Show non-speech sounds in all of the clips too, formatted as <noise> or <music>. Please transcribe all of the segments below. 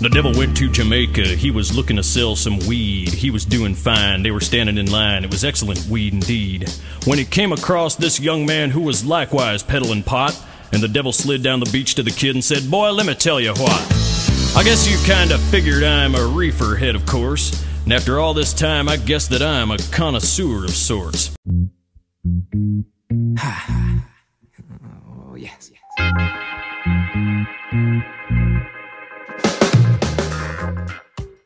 The devil went to Jamaica. He was looking to sell some weed. He was doing fine. They were standing in line. It was excellent weed indeed. When he came across this young man who was likewise peddling pot, and the devil slid down the beach to the kid and said, Boy, let me tell you what. I guess you kinda figured I'm a reefer head, of course. And after all this time, I guess that I'm a connoisseur of sorts. Oh, yes, yes.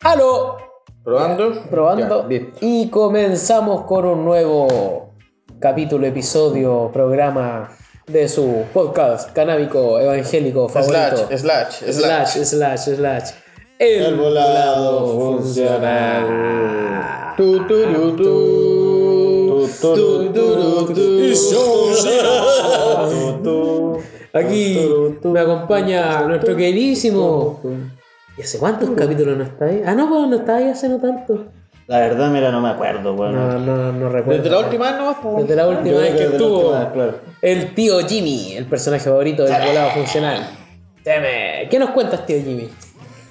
¡Halo! Probando. Probando. Ya, listo. y comenzamos con un nuevo capítulo, episodio, programa de su podcast canábico evangélico Slash, favorito. slash, slash. slash, slash, slash. El, El volado funcional. Tu, tu, ru, tu. Tu, tu, ru, tu. Y yo- Tu, tu. <laughs> Aquí me acompaña nuestro queridísimo. ¿Y hace cuántos capítulos no está ahí? Ah, no, pues no está ahí hace no tanto. La verdad, mira, no me acuerdo, No, bueno. no, no recuerdo. Desde la última vez nomás, po. Desde la última Yo vez creo que que desde la estuvo última vez, claro. el tío Jimmy, el personaje favorito del volado funcional. Deme, ¿qué nos cuentas, tío Jimmy?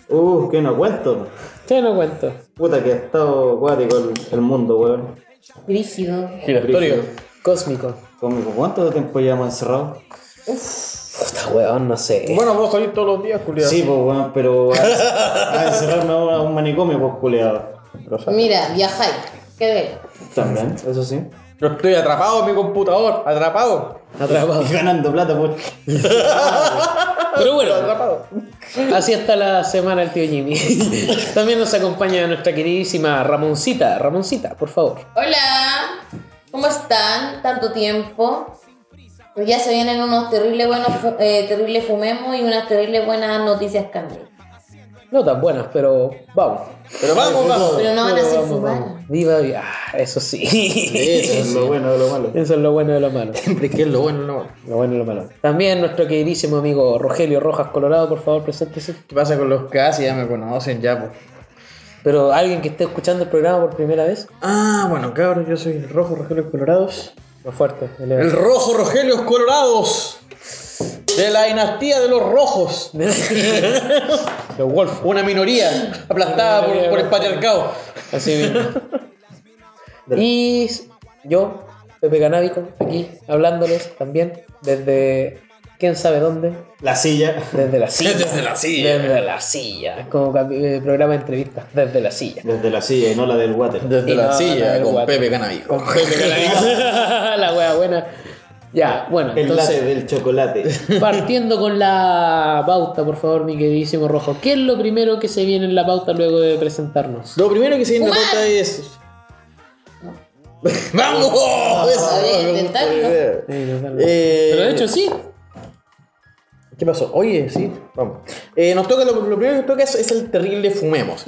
Uh, que no cuento. ¿Qué nos cuentas? Puta que ha estado cuático el, el mundo, weón. Rígido. Giratorio. Cósmico. Conmigo, ¿cuánto tiempo llevamos encerrados? Puta weón, no sé. Bueno, vos salís todos los días, Julián. Sí, pues, weón, pero a, a encerrarme ahora a un manicomio, pues, culeado. Mira, viajáis. ¿Qué de? También, eso sí. Yo estoy atrapado en mi computador, atrapado. Atrapado. <laughs> Y ganando plata, pues. Pero bueno, Atrapado. así está la semana el tío Jimmy. También nos acompaña nuestra queridísima Ramoncita. Ramoncita, por favor. Hola, ¿cómo están? Tanto tiempo. Pues ya se vienen unos terribles buenos, fu- eh, terribles fumemos y unas terribles buenas noticias también. No tan buenas, pero vamos. Pero vamos, vamos. Pero no van a Pero ser vamos, fumar. Viva, viva. Ah, eso sí. Eso es lo bueno de lo malo. <laughs> Eso es lo bueno de lo malo. Siempre que es lo bueno, no. Lo bueno de lo malo. También nuestro queridísimo amigo Rogelio Rojas Colorado, por favor, preséntese. ¿Qué pasa con los casi? Ya me conocen, ya, pues. po. Pero alguien que esté escuchando el programa por primera vez, Ah, bueno, cabros, yo soy el rojo, Rogelio Colorados. más fuerte. eleva. <laughs> <laughs> El rojo, Rogelios Colorados. De la dinastía de los rojos. Los Wolf. Una minoría aplastada por, por el patriarcado. Así mismo. y yo, Pepe Canábico, aquí hablándoles también desde quién sabe dónde, La silla. desde la silla. Desde la silla. Desde la silla. Es como cami- eh, programa de entrevistas, desde la silla. Desde la silla y no la del water. Desde Y la no, no, silla, no, con guato. Pepe Canabico. Con Pepe <laughs> Canábico. <laughs> la wea buena. Ya, bueno, El entonces. latte del chocolate. Partiendo con la pauta, por favor, mi queridísimo Rojo. ¿Qué es lo primero que se viene en la pauta luego de presentarnos? Lo primero que se viene en la Fumar. pauta es. <laughs> ¡Vamos! Eso, Había que me gusta la intentarlo. idea. Eh, Pero de hecho sí. ¿Qué pasó? Oye, sí, vamos. Eh, nos toca, lo, lo primero que nos toca es, es el terrible Fumemos.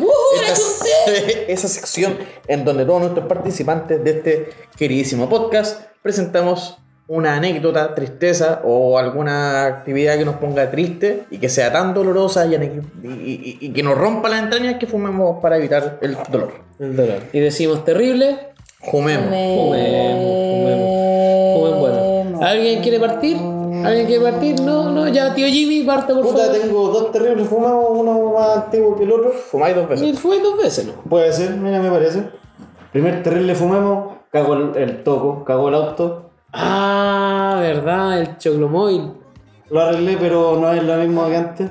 Esta- <laughs> esa sección en donde todos nuestros participantes de este queridísimo podcast presentamos una anécdota, tristeza o alguna actividad que nos ponga triste y que sea tan dolorosa y, ane- y- y- y que nos rompa las entrañas que fumemos para evitar el dolor. El dolor. Y decimos terrible. Fumemos. fumemos. Eh, Como en bueno. ¿Alguien quiere partir? ¿Alguien quiere partir? No, no, ya, tío Jimmy, parte por Puta, favor. tengo dos terribles fumados, uno más antiguo que el otro. Fumáis dos veces. Y fue dos veces, ¿no? Puede ser, mira, me parece. Primer terrible fumemos, cago el, el toco, cago el auto. Ah, verdad, el choclomóvil. <laughs> Lo arreglé, pero no es lo mismo que antes.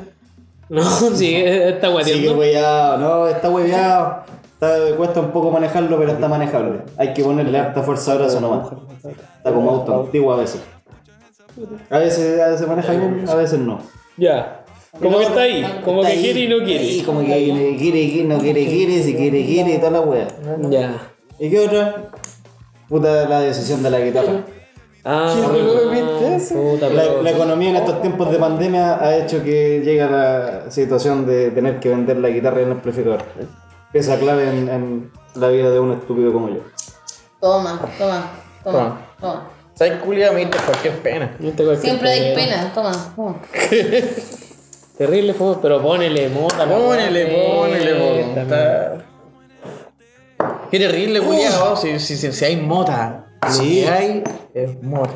No, sí, está Sigue guateando. hueveado, no, está hueveado. Está- cuesta un poco manejarlo, pero está manejable. Hay que ponerle harta fuerza ahora, eso nomás. Está como auto antiguo a veces. A veces a veces se maneja bien, a veces no. ya. Como que está ahí, como Está que ahí, quiere y no quiere. ahí, como que quiere, quiere, no quiere, quiere, si quiere, quiere y toda la wea. Ya. ¿Y qué otra? Puta la decisión de la guitarra. Ah, puta, La, pero- la economía en estos tiempos de pandemia ha hecho que llegue a la situación de tener que vender la guitarra y el amplificador. Esa clave en, en la vida de un estúpido como yo. Toma, toma, toma, Toma. toma. ¿Sabes, culia? Me diste cualquier pena. No te cualquier Siempre hay problema. pena, toma, toma. Terrible fútbol, pero ponele mota. la Ponele, weá, ponele, eh, también. voluntad. Qué terrible, culiao. Si, si, si, si hay mota. Sí. Si hay, es mota.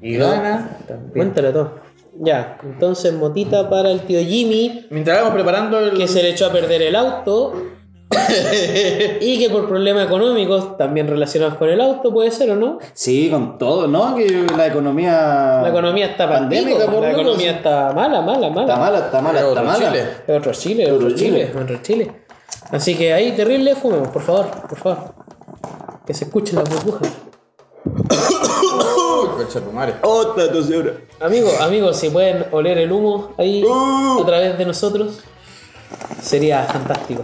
Y gana. Cuéntalo todo. Ya, entonces motita para el tío Jimmy, Mientras vamos preparando el. que se le echó a perder el auto y que por problemas económicos, también relacionados con el auto, puede ser o no, Sí, con todo, ¿no? Que la economía. la economía está pandémica, Pandémica, la por lo menos. economía está mala, mala, mala. Está mala, está mala, Pero está otro mala. Chile. Es otro Chile, es otro Otro Chile, Chile. es otro Chile. Así que ahí, terrible, fumemos, por favor, por favor. Que se escuchen las burbujas. Uy, concha tu madre. Otra tu señora. Amigos, amigos, si pueden oler el humo ahí a través de nosotros, sería fantástico.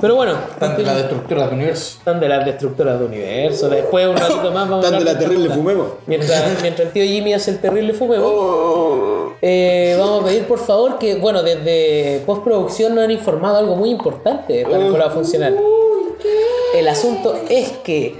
Pero bueno, Tan de la destructora del universo. están de las destructoras de universo. Después, un ratito más, vamos a Tanto hablar la terrible Chaputa. fumemos. <laughs> Mientras, mientras el tío Jimmy hace el terrible fumeo, Oh. eh, vamos a pedir por favor que, bueno, desde postproducción nos han informado algo muy importante para el Oh. colado funcional. El asunto es que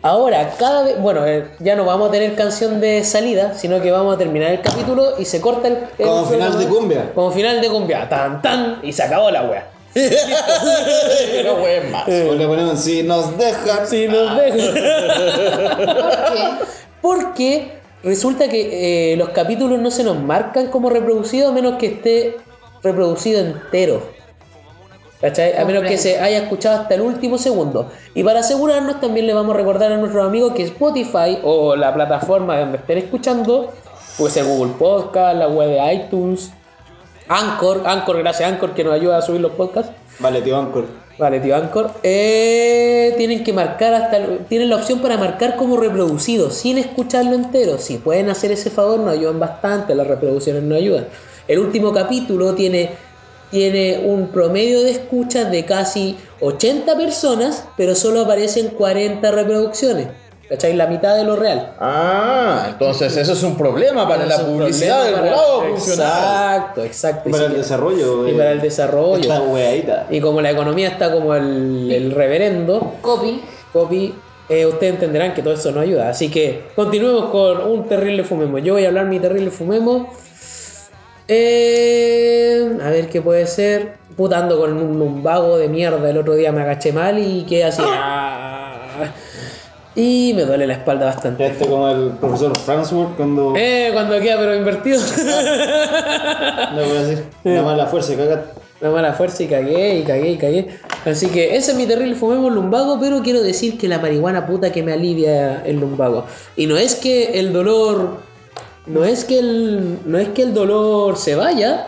ahora cada vez, bueno, eh, ya no vamos a tener canción de salida, sino que vamos a terminar el capítulo y se corta el. el Como final programa. de cumbia. Como final de cumbia, tan tan, y se acabó la <laughs> wea. <laughs> No weón más. O le ponemos, si nos dejan. Eh. Si nos dejan. ¿Qué? Porque resulta que eh, los capítulos no se nos marcan como reproducidos a menos que esté reproducido entero. ¿Cachai? A menos que se haya escuchado hasta el último segundo. Y para asegurarnos también le vamos a recordar a nuestros amigos que Spotify o la plataforma donde estén escuchando, puede ser Google Podcast, la web de iTunes, Anchor, Anchor, gracias Anchor que nos ayuda a subir los podcasts. Vale, tío Anchor. Vale, tío Anchor. Eh, tienen que marcar hasta. el- Tienen la opción para marcar como reproducido, sin escucharlo entero. Si pueden hacer ese favor, nos ayudan bastante. Las reproducciones nos ayudan. El último capítulo tiene, tiene un promedio de escuchas de casi 80 personas, pero solo aparecen 40 reproducciones. ¿Cachai? La mitad de lo real. Ah, entonces eso es un problema para la Es un publicidad del pues, problema para- volado funcional. Exacto, exacto. Y Para el sí, desarrollo. y eh, para el desarrollo. Eh. Esta weadita. Y como la economía está como el, el reverendo, Copy. Copy, eh, ustedes entenderán que todo eso no ayuda. Así que continuemos con un terrible fumemo. Yo voy a hablar mi terrible fumemo. Eh, a ver qué puede ser. Putando con un lumbago de mierda. El otro día me agaché mal y quedé así. ah. Y me duele la espalda bastante. Este como el profesor Fransworth cuando. Eh, cuando queda pero invertido. No voy a decir. Nada más la fuerza, caga. Una mala fuerza y cagué y cagué y cagué. Así que ese es mi terrible fumemos lumbago, pero quiero decir que la marihuana puta que me alivia el lumbago. Y no es que el dolor. No es que el. No es que el dolor se vaya.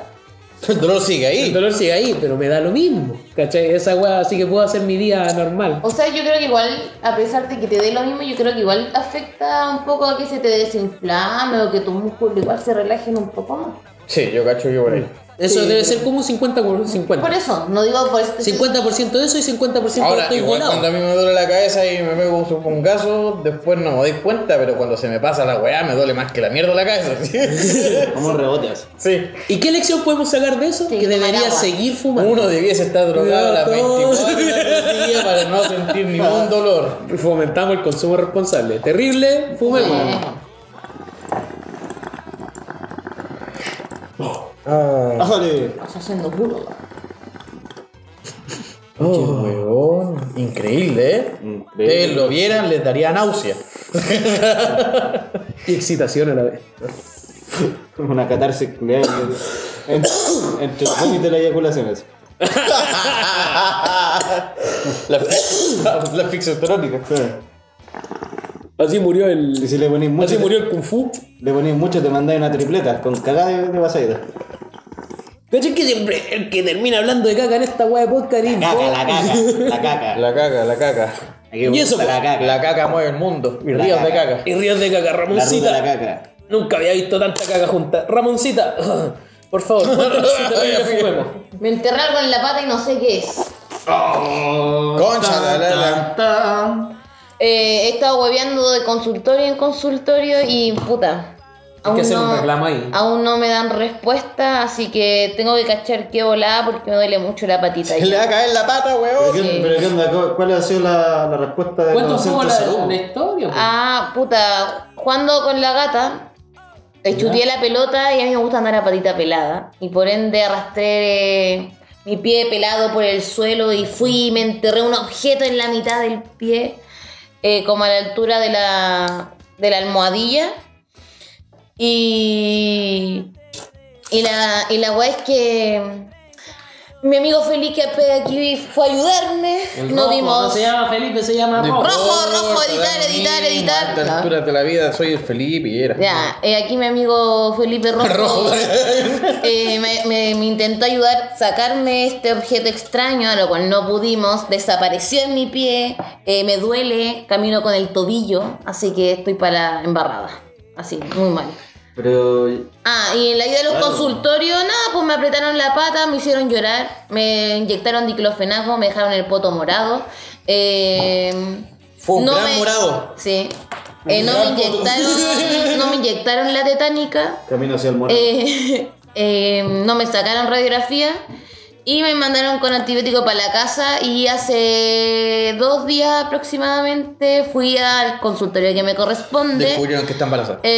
El dolor sigue El ahí. dolor sigue ahí, pero me da lo mismo. ¿Cachai? Esa weá, así que puedo hacer mi día normal. O sea, yo creo que igual, a pesar de que te dé lo mismo, yo creo que igual afecta un poco a que se te desinflame o que tus músculos igual se relajen un poco más. Sí, yo cacho que por ahí. Eso Sí. debe ser como un 50 por 50. Por eso, no digo pues, por eso. 50% de eso y 50% Ahora, estoy igual volado. cuando a mí me duele la cabeza y me pego un supongazo, después no me doy cuenta, pero cuando se me pasa la weá me duele más que la mierda la cabeza. <laughs> Sí. Como reboteas. Sí. ¿Y qué lección podemos sacar de eso? Sí, que tomar debería agua. seguir fumando. Uno debiese estar drogado a las 24 horas del día para no sentir ningún dolor. Fomentamos el consumo responsable. Terrible, fumemos. Eh, Ah. Vale. estás haciendo culo. Oh. Qué huevón. Increíble, ¿eh? Ustedes lo vieran, les <laughs> daría náusea. Y excitación a la vez. Una catarsis culiada entre, entre el vómito y la eyaculación. así. La, la ficción crónica. Así murió Y el. si le ponís mucho, Así murió el Kung Fu. le ponís mucho te mandáis una tripleta con cagada de, de pasadita. ¿Cachai que siempre el que termina hablando de caca en esta weá de podcast es Caca, vos? <laughs> la caca, la caca. La caca, la caca. Aquí me Y eso, gusta la caca. La caca mueve el mundo. Y La ríos de caca. caca. Y ríos de caca, La ruta de la Ramoncita. caca. Nunca había visto tanta caca junta. Ramoncita, <laughs> por favor, <laughs> cuéntanos si terrible fumemos. Me enterré algo en la pata y no sé qué es. Concha, la, la, la. Eh, he estado hueveando de consultorio en consultorio y puta. Hay que hacer un reclamo ahí. Ah, aún no me dan respuesta, así que tengo que cachar qué volada porque me duele mucho la patita. Le va a caer la pata, ¿Pero huevón. qué, pero qué onda? ¿Cu- ¿Cuál ha sido la, la respuesta de ¿Cuánto los fumó centros de la, salud? la historia? po? Ah, puta, jugando con la gata, le chuteé la pelota y a mí me gusta andar a patita pelada. Y por ende arrastré eh, mi pie pelado por el suelo y fui y me enterré un objeto en la mitad del pie, eh, como a la altura de la, de la almohadilla. Y. Y la, y la weá es que. Mi amigo Felipe aquí fue a ayudarme. El no rojo, No vimos. se llama Felipe, se llama No Rojo. Rojo, rojo, importa, editar, da lo editar, mismo, editar. A estas alturas de la vida soy el Felipe y era. Ya, eh, aquí mi amigo Felipe Rojo, Rojo. eh, me, me- me intentó ayudar a sacarme este objeto extraño, a lo cual no pudimos. Desapareció en mi pie, eh, me duele, camino con el tobillo, así que estoy para la embarrada. Así, muy mal. Pero. Ah, y en la ayuda de los Claro. consultorios, nada, pues me apretaron la pata, me hicieron llorar, me inyectaron diclofenaco, me dejaron el poto morado. eh, Fue un gran morado. Sí. Eh, Un no, me gran poto. inyectaron, no me inyectaron la tetánica. Camino hacia el muerto. Eh, <laughs> eh, no me sacaron radiografía y me mandaron con antibiótico para la casa y hace dos días aproximadamente fui al consultorio que me corresponde. Descubrieron que está embarazada. <laughs>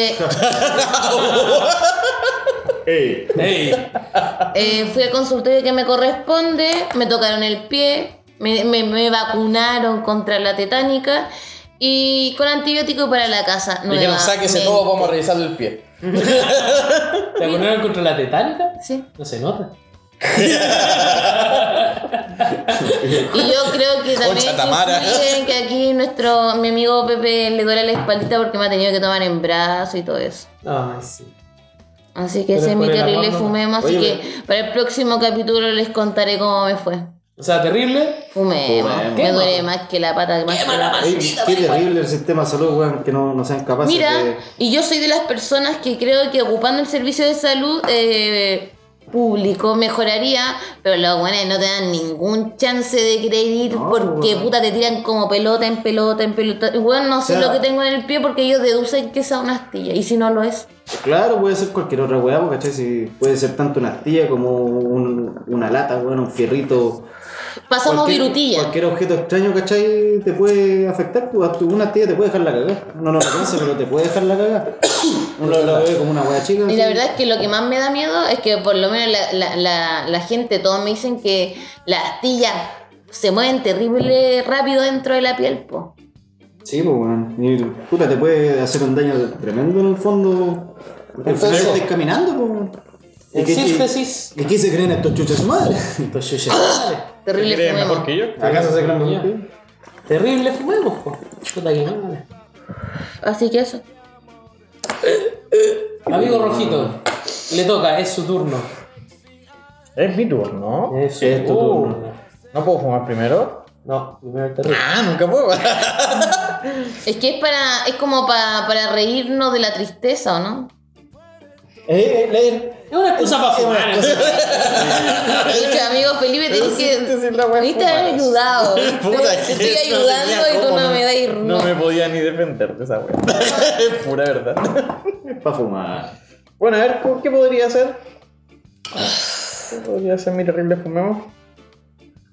Eh, ¡Ey! <laughs> eh, fui al consultorio que me corresponde, me tocaron el pie, me, me- me vacunaron contra la tetánica y con antibiótico para la casa. Y que nos saque ese todo, nuevamente. vamos a revisarle el pie. ¿Te vacunaron contra la tetánica? Sí. No se nota. Y yo creo que también <laughs> Concha Tamara. influye en que aquí nuestro mi amigo Pepe le duele la espaldita porque me ha tenido que tomar en brazo y todo eso. Ay, sí. Así que Pero ese es mi por el terrible amor, no. fumemos, así Oye, que para el próximo capítulo les contaré cómo me fue. O sea, terrible. Fumemos. Fumemos. Me duele más que la pata. Más que la Ey, qué terrible el sistema de salud, weón, que no, no sean capaces Mira, de. y yo soy de las personas que creo que ocupando el servicio de salud eh, público mejoraría, pero los buenos no te dan ningún chance de creer No, porque weón. puta te tiran como pelota en pelota en pelota. Bueno, no sé Claro. lo que tengo en el pie porque ellos deducen que esa es una astilla y si no lo es. Claro, puede ser cualquier otra weá, porque, ¿cachai? Si puede ser tanto una astilla como un- una lata, weón, un fierrito. Pasamos Cualquier- virutilla. Cualquier objeto extraño, ¿cachai? Te puede afectar. pues, hasta Una astilla te puede dejar la cagada. Uno no lo piensa, pero te puede dejar la <coughs> cagada. Uno lo ve como una weá chica. Y así. la verdad es que lo que más me da miedo es que por lo menos la, la- la- la gente, todos me dicen que las astillas se mueven terrible rápido dentro de la piel, po. Sí, pues, weón. Y, puta, te puede hacer un daño tremendo en el fondo. El final Entonces- estés caminando, pues, weón. ¿Y En qué- síntesis. <laughs> ¿Y qué se creen estos chuchas madres? Estos chuchas madres. Terrible ¿Crees fumemos. mejor que yo? <laughs> ¿Acaso se creen Ya. mejor que yo? Terrible fumemos, po. Puta que madre. Así que eso. Amigo Rojito, le toca, es su turno. Es mi turno. Es su Es tu turno. ¿No puedo fumar primero? No, primero el terrible. Ah, nunca puedo. Es que es para, es como para, para reírnos de la tristeza, ¿o no? eh, leer. Es una excusa para fumar. Viste, amigo Felipe, tenés que. sí, sí, la wea Viste fumar. haber ayudado. <laughs> Puta, te, te que estoy no ayudando tenía y tú cómo, no me dais No me podía ni defender de esa wea. Es pura verdad. Para fumar. Bueno, a ver, ¿cu- ¿qué podría hacer? ¿Qué podría ser mi terrible fumemos?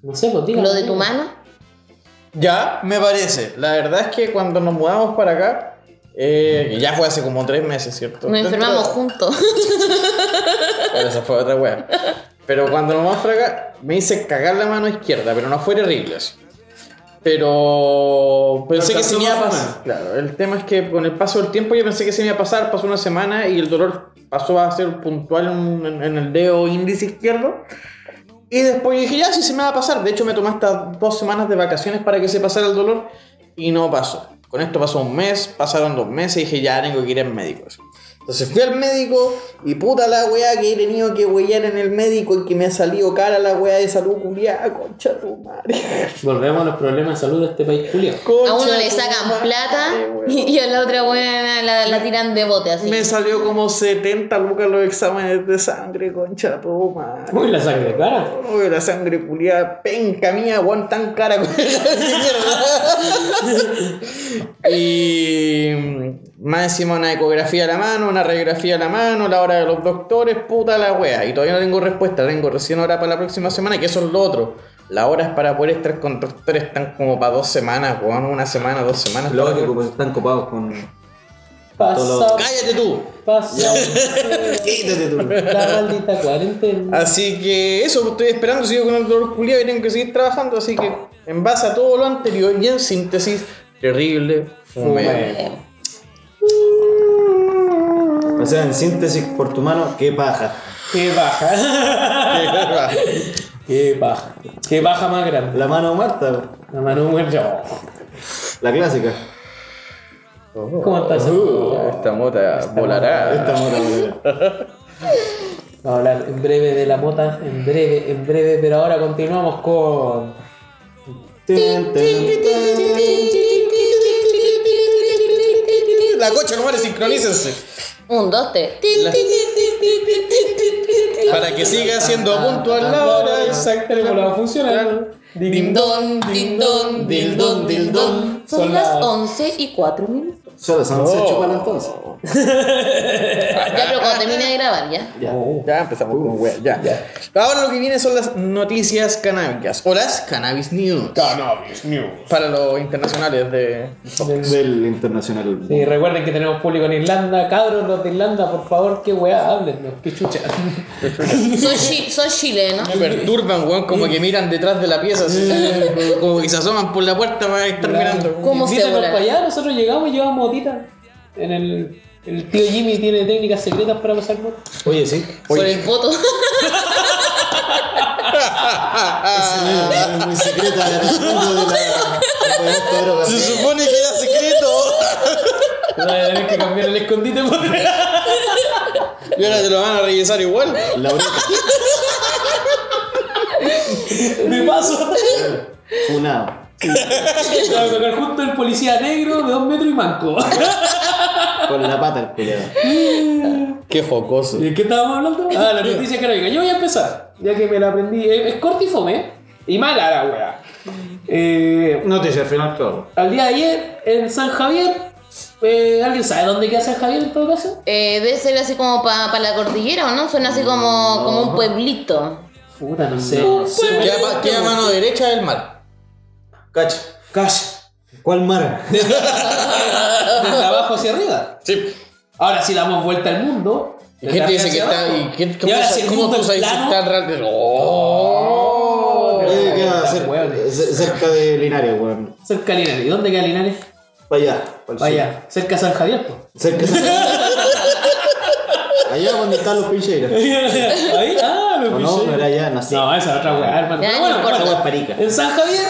No sé, pues diga. Lo de tu mano. Ya, me parece. La verdad es que cuando nos mudamos para acá, eh, que ya fue hace como tres meses, ¿cierto? Nos Dentro- enfermamos <laughs> juntos. Pero esa fue otra wea. Pero cuando nos vamos para acá, me hice cagar la mano izquierda, pero no fue terrible así. Pero pensé que se me iba a pasar. Claro, el tema es que con el paso del tiempo yo pensé que se me iba a pasar, pasó una semana y el dolor pasó a ser puntual en, en- en el dedo índice izquierdo. Y después yo dije, ya, sí se me va a pasar. De hecho, me tomé hasta dos semanas de vacaciones para que se pasara el dolor y no pasó. Con esto pasó un mes, pasaron dos meses y dije, ya tengo que ir al médico. Entonces fui al médico y puta la weá que he tenido que huellar en el médico y que me ha salido cara la weá de salud culiada, Ah, concha tu madre. <laughs> Volvemos a los problemas de salud de este país, Julio. Concha A uno le tu sacan madre, plata weón. y, y a la otra buena la, la tiran de bote así. Me salió como 70 lucas los exámenes de sangre, concha tu madre. Uy, la sangre de cara. Uy, la sangre culiada, penca mía, weón, tan cara con esa mierda. y mm, más encima una ecografía a la mano, una radiografía a la mano, la hora de los doctores, puta la wea. Y todavía no tengo respuesta, tengo recién hora para la próxima semana, que eso es lo otro. La hora es para poder estar con doctores, están como para dos semanas, weón, una semana, dos semanas. Lógico, pues están copados con. Pasa, Cállate tú. pasa. Quítate tú. La maldita cuarentena. Así que eso, pues, estoy esperando, sigo con el dolor culiado y tengo que seguir trabajando, así que en base a todo lo anterior y en síntesis, terrible fumé. Eh, O sea, en síntesis, por tu mano, qué paja. Qué baja. <laughs> <laughs> Qué baja. Qué baja más grande. La mano muerta, La mano muerta. la clásica. ¿Cómo estás? Esta mota volará. Esta mora, weón. Vamos a hablar en breve de la mota, en breve, en breve, pero ahora continuamos con. Tin, tin, tin. La cocha, no sincronícense. Un, dos, tres. Para que siga siendo puntual la hora exacta. Tenemos la funcional. Dindón, dindón, dildón, dildón. Son Son las las- 11 y 4 minutos. Solo son seis chupalas entonces. Ya, pero cuando termine de grabar, <laughs> ya. Ya empezamos con wea, ya. Ahora lo que viene son las noticias canábicas o las cannabis news. Cannabis news. Para los internacionales de. Del internacional. Y recuerden que tenemos público en Irlanda. Cabros, los de Irlanda, por favor, qué weá, háblennos, qué <laughs> chucha. Soy, chi- soy chileno. Me perturban, weón, como que miran detrás de la pieza, así, como- <laughs> como que se asoman por la puerta para estar mirando. ¿Cómo se Invítanos volará? para allá, nosotros llegamos y llevamos motita. En el, el tío Jimmy tiene técnicas secretas para pasar <laughs> mota. Oye, sí. Por el voto. Es muy secreta la respondo de la. de esta droga. Se supone que era secreto. Vas a tener que cambiar el escondite por <laughs> <laughs> Y ahora te lo van a revisar igual. La oreja. de paso. Funado. Se va a tocar justo el policía negro de dos metros y manco. <laughs> Con la pata el culiado. Qué jocoso. ¿De qué estábamos hablando? Ah, la noticia canábica. Yo voy a empezar, ya que me la aprendí. Eh, Es corta y fome, ¿eh? y mala la weá. Eh, Noticia al final todo. al día de ayer, en San Javier, eh, ¿alguien sabe dónde queda San Javier en todo caso? <laughs> Eh, debe ser así como para la cordillera, ¿o no? Suena así como, como un pueblito. Puta, no sé. Queda, pa- queda mano derecha del mar. Cacha. Cash. ¿Cuál mar? Desde abajo hacia arriba. Sí. Ahora sí damos vuelta al mundo. ¿Y quién te dice que está? ¿Y quién, y cómo, ahora sa- si el cómo mundo tú es sabes si plano, está real? Oh. Eh, queda Puta, cer- weón. ce- cerca de Linares, weón. cerca de Linares. ¿Y dónde queda Linares? Para allá. Para Vaya, cerca de San Javier, <laughs> pues. Cerca <laughs> Allá donde están los pincheiros. Ahí, ah, me No, no, pillé. no era allá, no sé. No, esa es otra weá, hermano. Ya, Pero no bueno, importa. bueno, Agua parica. En San Javier,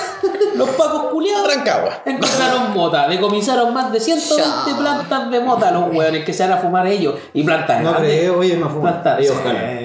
los pacos culiados Rancagua. encontraron mota. Decomisaron más de 120 Ya. plantas de mota, los weones que se van a fumar ellos. Y plantas No grandes. creo, oye, no fuman. Plantas. Oye, sí. ojalá.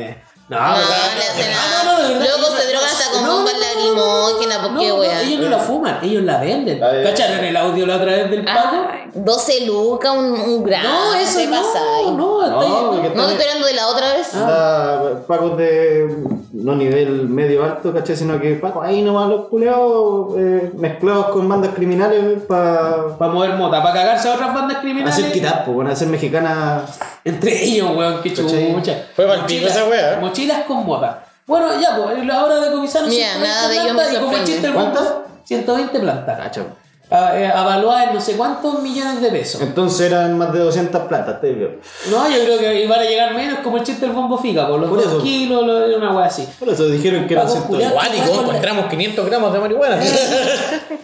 No, No, pero- le hacen Ah, no, no, de nada. verdad. Luego se drogan hasta con No, bombas no, no, lacrimógenas, ¿por No, qué, no, wea? ellos no la fuman, ellos la venden. La de- ¿Cacharon el audio la otra vez del paco? Ah, 12 lucas, un, un gramo. no, eso te no, pasa ahí. no, Ah. está ahí. No, porque No, estoy esperando de la otra vez. Anda, pacos de no nivel medio alto, caché, sino que pacos ahí nomás los culeados eh, mezclados con bandas criminales para Va a mover mota, para cagarse a otras bandas criminales. hacer quitar, pues, bueno, hacer mexicanas. Entre ellos, weón, que ¿Cachai? chucha. Fue para el pico esa weá, ¿eh? Mochilas con mota. Bueno, ya, pues, la hora de comisar Mira, nada de ello me y como el sorprende. chiste del ¿Cuántas? mundo, 120 plantas. Cacho. Ah, eh, avaluada en no sé cuántos millones de pesos. Entonces eran más de 200 platas, te digo. No, yo creo que iban a llegar menos como el chiste del bombo fica, por los Por eso. dos kilos, lo- una weá <laughs> así. Por eso dijeron que eran Pacos 120. Igual, y cómo pues, encontramos 500 gramos de marihuana.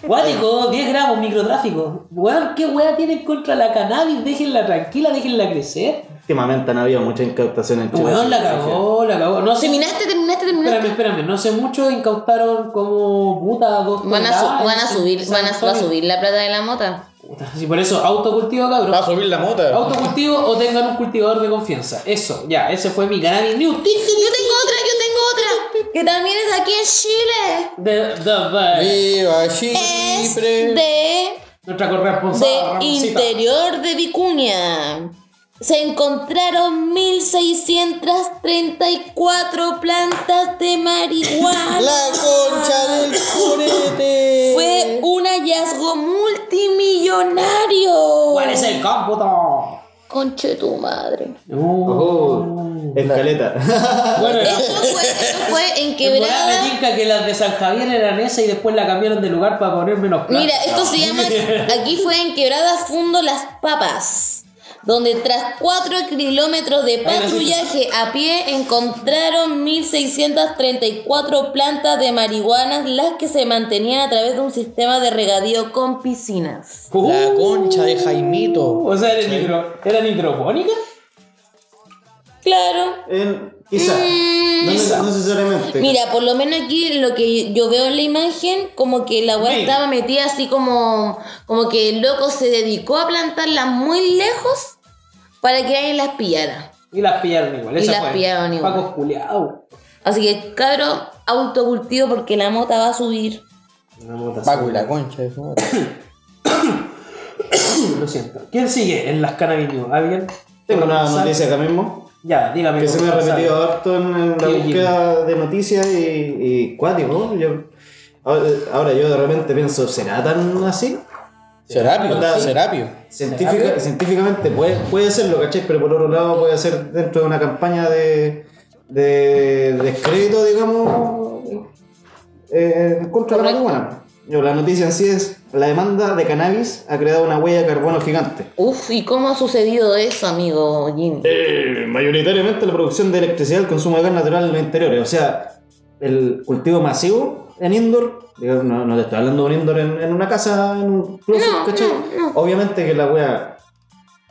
Guático, 10 gramos, microtráfico. Weón, ¿qué weá tienen contra la cannabis? Déjenla tranquila, déjenla crecer. Últimamente han habido mucha incautación en Chile. Weón, la cagó, la cagó. No sé, Terminaste, terminaste, terminaste. Espérame, espérame, no sé mucho, incautaron como puta dos Van a, su- toneladas van a en subir, San van a, va a Antonio. subir la plata de la mota. Puta, sí, por eso, autocultivo, <laughs> Va a cabrón. subir la mota. Autocultivo o tengan un cultivador de confianza. Eso, ya, ese fue mi cannabis news. Tic, tic, Yo tengo otra, yo tengo otra. Que también es aquí en Chile. tic. De, de- de- Viva Es Chipre. de nuestra corresponsal. de Ramoncita. interior de Vicuña. Se encontraron 1634 plantas de marihuana. La concha del curete. Fue un hallazgo multimillonario. ¿Cuál es el cómputo? Conche tu madre. Uh, Oh, escaleta. <laughs> Bueno, Esto fue, esto fue en <laughs> en volada me quebrada. tinca que las de San Javier eran esa y después la cambiaron de lugar para poner menos plata. Mira, esto se <laughs> llama. Aquí fue en quebrada Fundo Las Papas. Donde tras 4 kilómetros de patrullaje a pie encontraron 1.634 plantas de marihuana, las que se mantenían a través de un sistema de regadío con piscinas. Uh, La concha de Jaimito. O sea, ¿era, nitro, ¿era nitropónica? Claro. En, quizá. Mm. No, Quizá. neces- no necesariamente. Mira, por lo menos aquí lo que yo veo en la imagen, como que la weá estaba metida así como, como que el loco se dedicó a plantarla muy lejos para que alguien las pillara. Y las pillaron igual. Y esa las fue. pillaron igual. Paco Juliao. Así que, cabro, autocultivo porque la mota va a subir. Una mota Paco y azul. la concha de su <laughs> madre. Lo siento. ¿Quién sigue en las Cannabis News? ¿Alguien? Tengo una Gonzalo. noticia acá mismo Ya, dígame. que se me ha Gonzalo. repetido harto en, en la Sí, búsqueda de noticias y, y cuático. Yo, ahora, ahora yo de repente pienso, ¿será tan así? Serapio, Serapio. Científica, científicamente puede, puede serlo, ¿cachai? Pero por otro lado puede ser dentro de una campaña de, de descrédito, digamos, eh, contra la marihuana. Yo, la noticia en sí es, la demanda de cannabis ha creado una huella de carbono gigante. Uf, ¿y cómo ha sucedido eso, amigo Jimmy? Eh, mayoritariamente la producción de electricidad, el consumo de gas natural en los interiores, o sea, el cultivo masivo en indoor, digo, no, no te estoy hablando de un indoor en, en una casa, en un closet, No, ¿cachai? no, Obviamente que la wea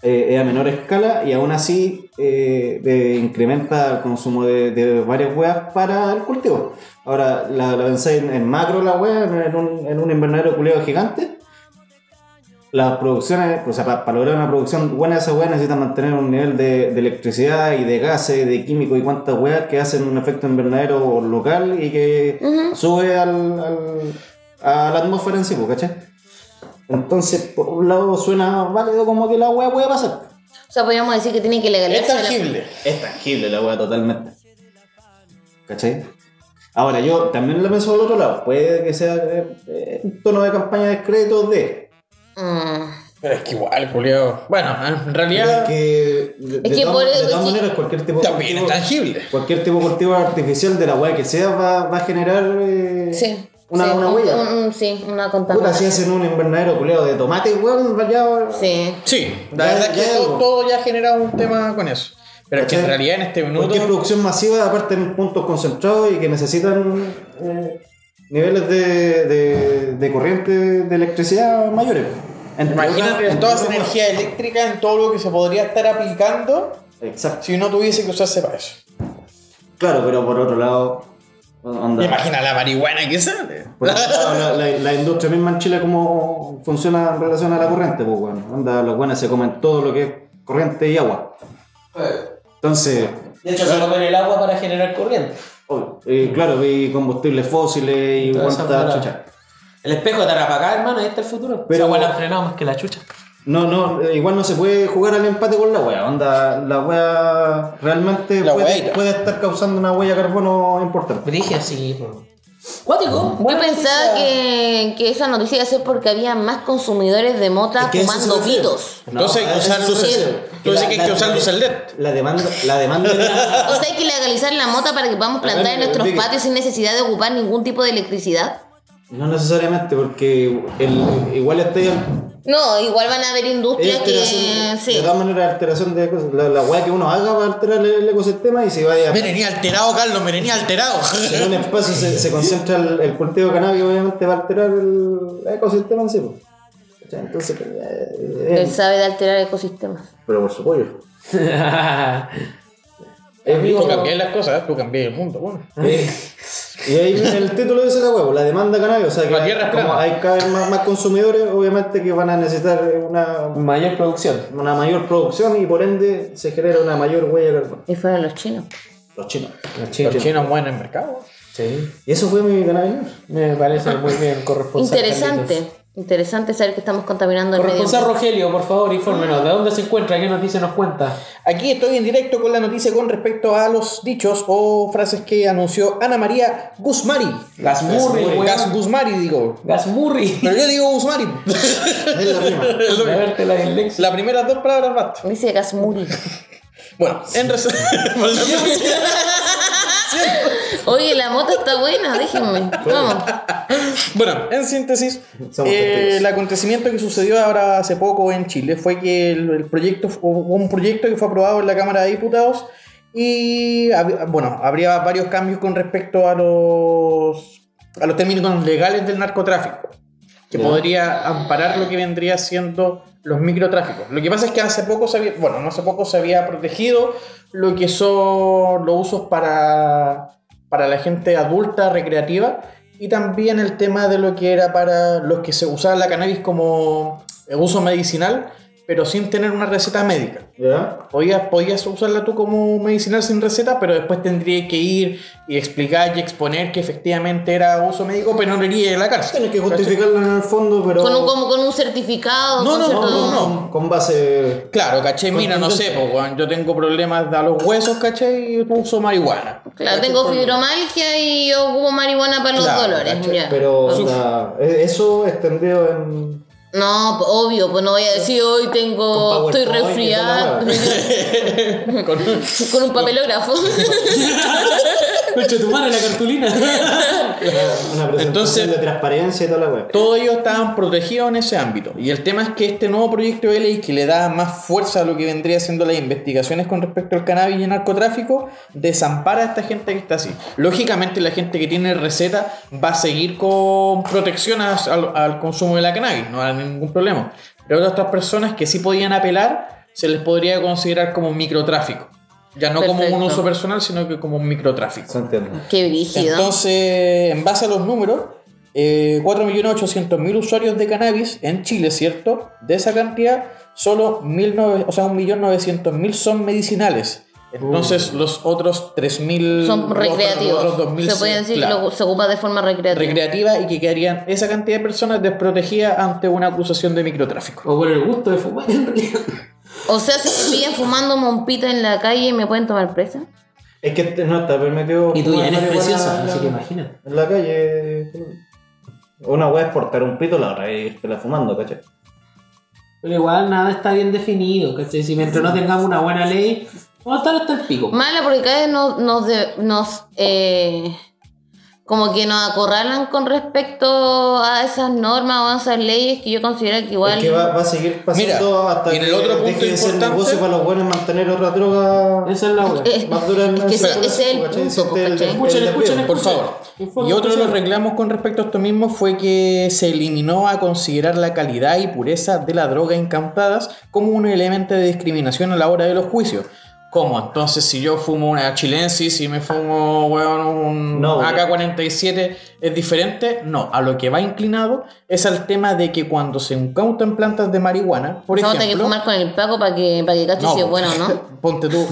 eh, es a menor escala y aún así eh, eh, incrementa el consumo de, de varias weas para el cultivo. Ahora, la, la pensáis en, en macro la wea, en, en un, en un invernadero culeo gigante. Las producciones, o sea, para lograr una producción buena de esa wea necesitan mantener un nivel de, de electricidad y de gases, de químicos y cuantas weas que hacen un efecto invernadero local y que Ujú. sube al, al- a la atmósfera en sí, pues, ¿cachai? Entonces, por un lado suena válido como que la wea puede pasar. O sea, podríamos decir que tiene que Es legalizar. tangible. Es tangible la weá totalmente. ¿Cachai? Ahora, yo también lo pienso del otro lado. Puede que sea eh, eh, un tono de campaña de créditos de. Mm, Pero es que igual, culiao. Bueno, en realidad que, de, de que todas- por- de todas sí. maneras, cualquier tipo de también es cultivo, tangible. cualquier tipo de cultivo artificial de la weá que sea va, va a generar eh, sí. una, sí, una un- huella. un- un- sí, Puta, una si contaminación. hacen un invernadero culeo de tomate, weón, vaya. Sí. Sí, la Ya- verdad es ya que es todo, algo. todo ya ha generado un tema con eso. Pero es que en ¿Cachai? realidad en este Porque es minuto. producción masiva, aparte en puntos concentrados y que necesitan eh, niveles de, de- de corriente de electricidad mayores. Entre Imagínate otras- entre toda esa otras- energía eléctrica en todo lo que se podría estar aplicando Exacto. si no tuviese que usarse para eso. Claro, pero por otro lado. onda- Imagina la marihuana que sale. <laughs> por otro lado, la, la- la industria misma en Chile, cómo funciona en relación a la corriente, pues bueno. Onda, los buenos se comen todo lo que es corriente y agua. Eh. Entonces, De hecho, se rompen el agua para generar corriente. oh, eh, claro, vi combustibles fósiles y Toda esa cuantas mala- chuchas. El espejo de Tarapacá, hermano, ahí está el futuro. Pero- Pero agua la han frenado más que la chucha. No, no, eh, igual no se puede jugar al empate con la wea. Onda, la wea realmente La puede, hueita. puede estar causando una huella de carbono importante. Brige, sí, po. Ah. Cuático, Yo buena pensaba noticia. que, que esa noticia iba a ser porque había más consumidores de mota Es que eso fumando se refiere. pitos. Entonces hay a que Ah, eso usar se luces. refiere. Entonces que hay que usar la- luces LED. La demanda, la demanda <laughs> de la- O sea, hay que legalizar la mota para que podamos plantar en ver, nuestros Vicky. patios sin necesidad de ocupar ningún tipo de electricidad. No necesariamente, porque el, igual este está No, igual van a haber industrias que. De Sí. todas maneras, alteración de cosas. La, la wea que uno haga va a alterar el, el ecosistema y si vaya. Me tenía alterado, Carlos, me tenía alterado. En un espacio se, se concentra el, el cultivo de cannabis, obviamente va a alterar el ecosistema en sí. pues. ¿Cachai? Entonces, eh, eh, Él sabe de alterar ecosistemas. Pero por supuesto. <laughs> Tú cambiáis las cosas, tú cambiáis el mundo. Bueno. Y ahí viene el título de ese la huevo, la demanda cannabis. O sea que La tierra es como plana. hay cada vez más, más consumidores, obviamente que van a necesitar una, Mayor producción. una mayor producción y por ende se genera una mayor huella de carbono. Y fueron los chinos. Los chinos. Los chinos mueven el mercado. Sí. Y eso fue mi cannabis. Me parece muy bien, corresponsal. Interesante. Interesante saber que estamos contaminando el medio Corresponsal ambiente. Rogelio, por favor, infórmenos. ¿De dónde se encuentra? ¿Qué noticia nos cuenta? Aquí estoy en directo con la noticia con respecto a los dichos o frases que anunció Ana María Guzmari. Gasmurri, weón. Gas Guzmari, digo. <laughs> Gasmurri. Pero yo digo Guzmari. <laughs> Es la prima. <laughs> Es A lo mismo. verte la dislexia. Las primeras dos palabras basta. Dice Gasmuri. Bueno, en resumen. Oye, la mota está buena, déjenme. Vamos. <laughs> Bueno, en síntesis, Somos eh, testigos. el acontecimiento que sucedió ahora hace poco en Chile fue que el, el proyecto fu- hubo un proyecto que fue aprobado en la Cámara de Diputados y hab- bueno, habría varios cambios con respecto a los a los términos legales del narcotráfico, que podría amparar lo que vendría siendo los microtráficos. Lo que pasa es que hace poco se había, bueno, no hace poco se había protegido lo que son los usos para, para la gente adulta, recreativa, y también el tema de lo que era para los que se usaban la cannabis como eh, uso medicinal, pero sin tener una receta médica. ¿Ya? Podías, podías usarla tú como medicinal sin receta, pero después tendría que ir y explicar y exponer que efectivamente era uso médico, pero no iría a la cárcel. Tienes que justificarlo en el fondo, pero. Con un, como con un certificado. No, con no, No, cierto- no, no, Con base. Claro, caché, mira, no sé, po, weón, yo tengo problemas de los huesos, caché, y uso marihuana. Claro, tengo fibromialgia y yo ocupo marihuana para los Claro, dolores. ¿cachai? ya. Pero. onda, e- eso extendido en. No, po- obvio, pues no voy a decir hoy tengo. Con Oh, Estoy PowerPoint y resfriada. <laughs> toda la Con un- Con un papelógrafo. Concha tu madre, la cartulina. Una presentación Entonces- de transparencia y toda la web. Todos ellos estaban protegidos en ese ámbito. Y el tema es que este nuevo proyecto de ley que le da más fuerza a lo que vendría siendo las investigaciones con respecto al cannabis y el narcotráfico, desampara a esta gente que está así. Lógicamente la gente que tiene receta va a seguir con protección a- al, al consumo de la cannabis, no hay ningún problema. Pero a otras personas que sí podían apelar, se les podría considerar como microtráfico. Ya no como un Perfecto. uso personal, sino que como un microtráfico. Se entiende. Qué brígido. Entonces, en base a los números, eh, 4.800.000 usuarios de cannabis en Chile, ¿cierto? De esa cantidad, solo 1.900.000 o sea, 1.900.000 son medicinales. Entonces, los otros 3.000... Son los recreativos. otros 2.000, se puede decir claro, que lo- se ocupa de forma recreativa. recreativa y que quedarían esa cantidad de personas desprotegidas ante una acusación de microtráfico. <laughs> O por el gusto de fumar, en realidad. o sea, si me pillan fumando mompita en la calle, ¿me pueden tomar presa? Es que te- no está permitido. Y tú fumar ya eres marihuana preciosa, en la- así que imagínate. En la calle. Una wea es portar un pito, la otra es irte la fumando, ¿cachai? Pero igual nada está bien definido, ¿cachai? Si mientras no tengamos una buena ley, vamos a estar hasta el pico. Mala, porque cada vez nos, nos, de- nos, eh, como que nos acorralan con respecto a esas normas o a esas leyes que yo considero que igual. Es que va, va a seguir pasando Mira, hasta y en el que otro punto deje de ser importante- negocio para los buenos mantener otra droga Esa es la hora. Eh, más dura en es que ese- ese es el ¿cachai? punto, Este es ¿cachai? Escuchen, el escuchen, desvío. Por favor. Y otro de los reclamos con respecto a esto mismo fue que se eliminó a considerar la calidad y pureza de la droga incautadas como un elemento de discriminación a la hora de los juicios. ¿Cómo? Entonces, si yo fumo una chilensis y me fumo weón, un No, weón. AK-47, ¿es diferente? No, a lo que va inclinado es al tema de que cuando se incautan plantas de marihuana, por Vamos a tener que ejemplo, fumar con el paco para que, para que cache si es po. bueno <laughs> o no. Ponte tú.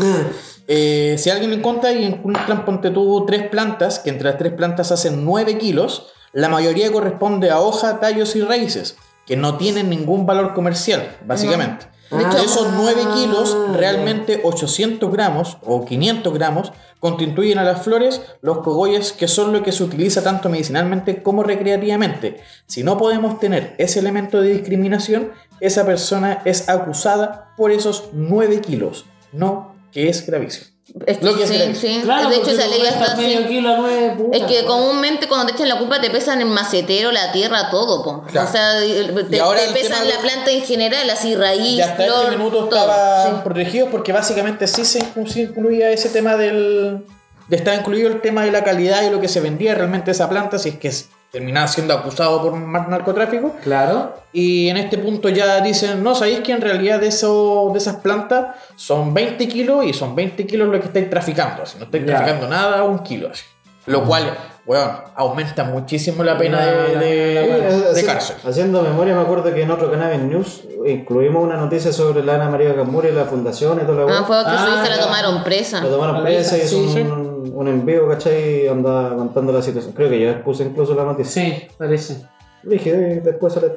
eh, si alguien encuentra y encuentran, ponte tú, tres plantas, que entre las tres plantas hacen 9 kilos, la mayoría corresponde a hoja, tallos y raíces, que no tienen ningún valor comercial, básicamente. No. De De hecho- esos 9 Ah, kilos, ya. realmente 800 gramos o 500 gramos constituyen a las flores los cogolles, que son lo que se utiliza tanto medicinalmente como recreativamente. Si no podemos tener ese elemento de discriminación, esa persona es acusada por esos 9 kilos, no que es gravísimo. Es que Lo que sí, sea. sí. Claro, de hecho, porque esa tú ley ya gastas está medio así. kilo a nueve putas, Es que po. comúnmente cuando te echan la culpa te pesan el macetero, la tierra, todo. po. Claro. O sea, eh, te, Y ahora te el tema pesan de- la planta en general, así raíz, Y hasta flor, este minuto todo. estaban Sí. protegidos porque básicamente sí se inclu- sí incluía ese tema del... Estaba incluido el tema de la calidad y lo que se vendía realmente esa planta, si es que s- terminaba siendo acusado por mar- narcotráfico. Claro. Y en este punto ya dicen, no, sabéis que en realidad de, eso, de esas plantas son 20 kilos y son 20 kilos lo que estáis traficando. Así, no estáis Ya. Mm. traficando nada, un kilo. Así. Lo cual, weón, aumenta muchísimo la pena de, de- Sí, de haci- cárcel. Haciendo memoria, me acuerdo que en otro canal en News incluimos una noticia sobre la Ana María Camuri y la fundación y toda la Ah, wea. fue que Ah, su hija la ya. tomaron presa. Lo tomaron la presa y hija, hizo Ah, sí, un, un envío, ¿cachai? Y andaba contando la situación. Creo que yo expuse incluso la noticia. Sí, parece. Dije, eh, después sale.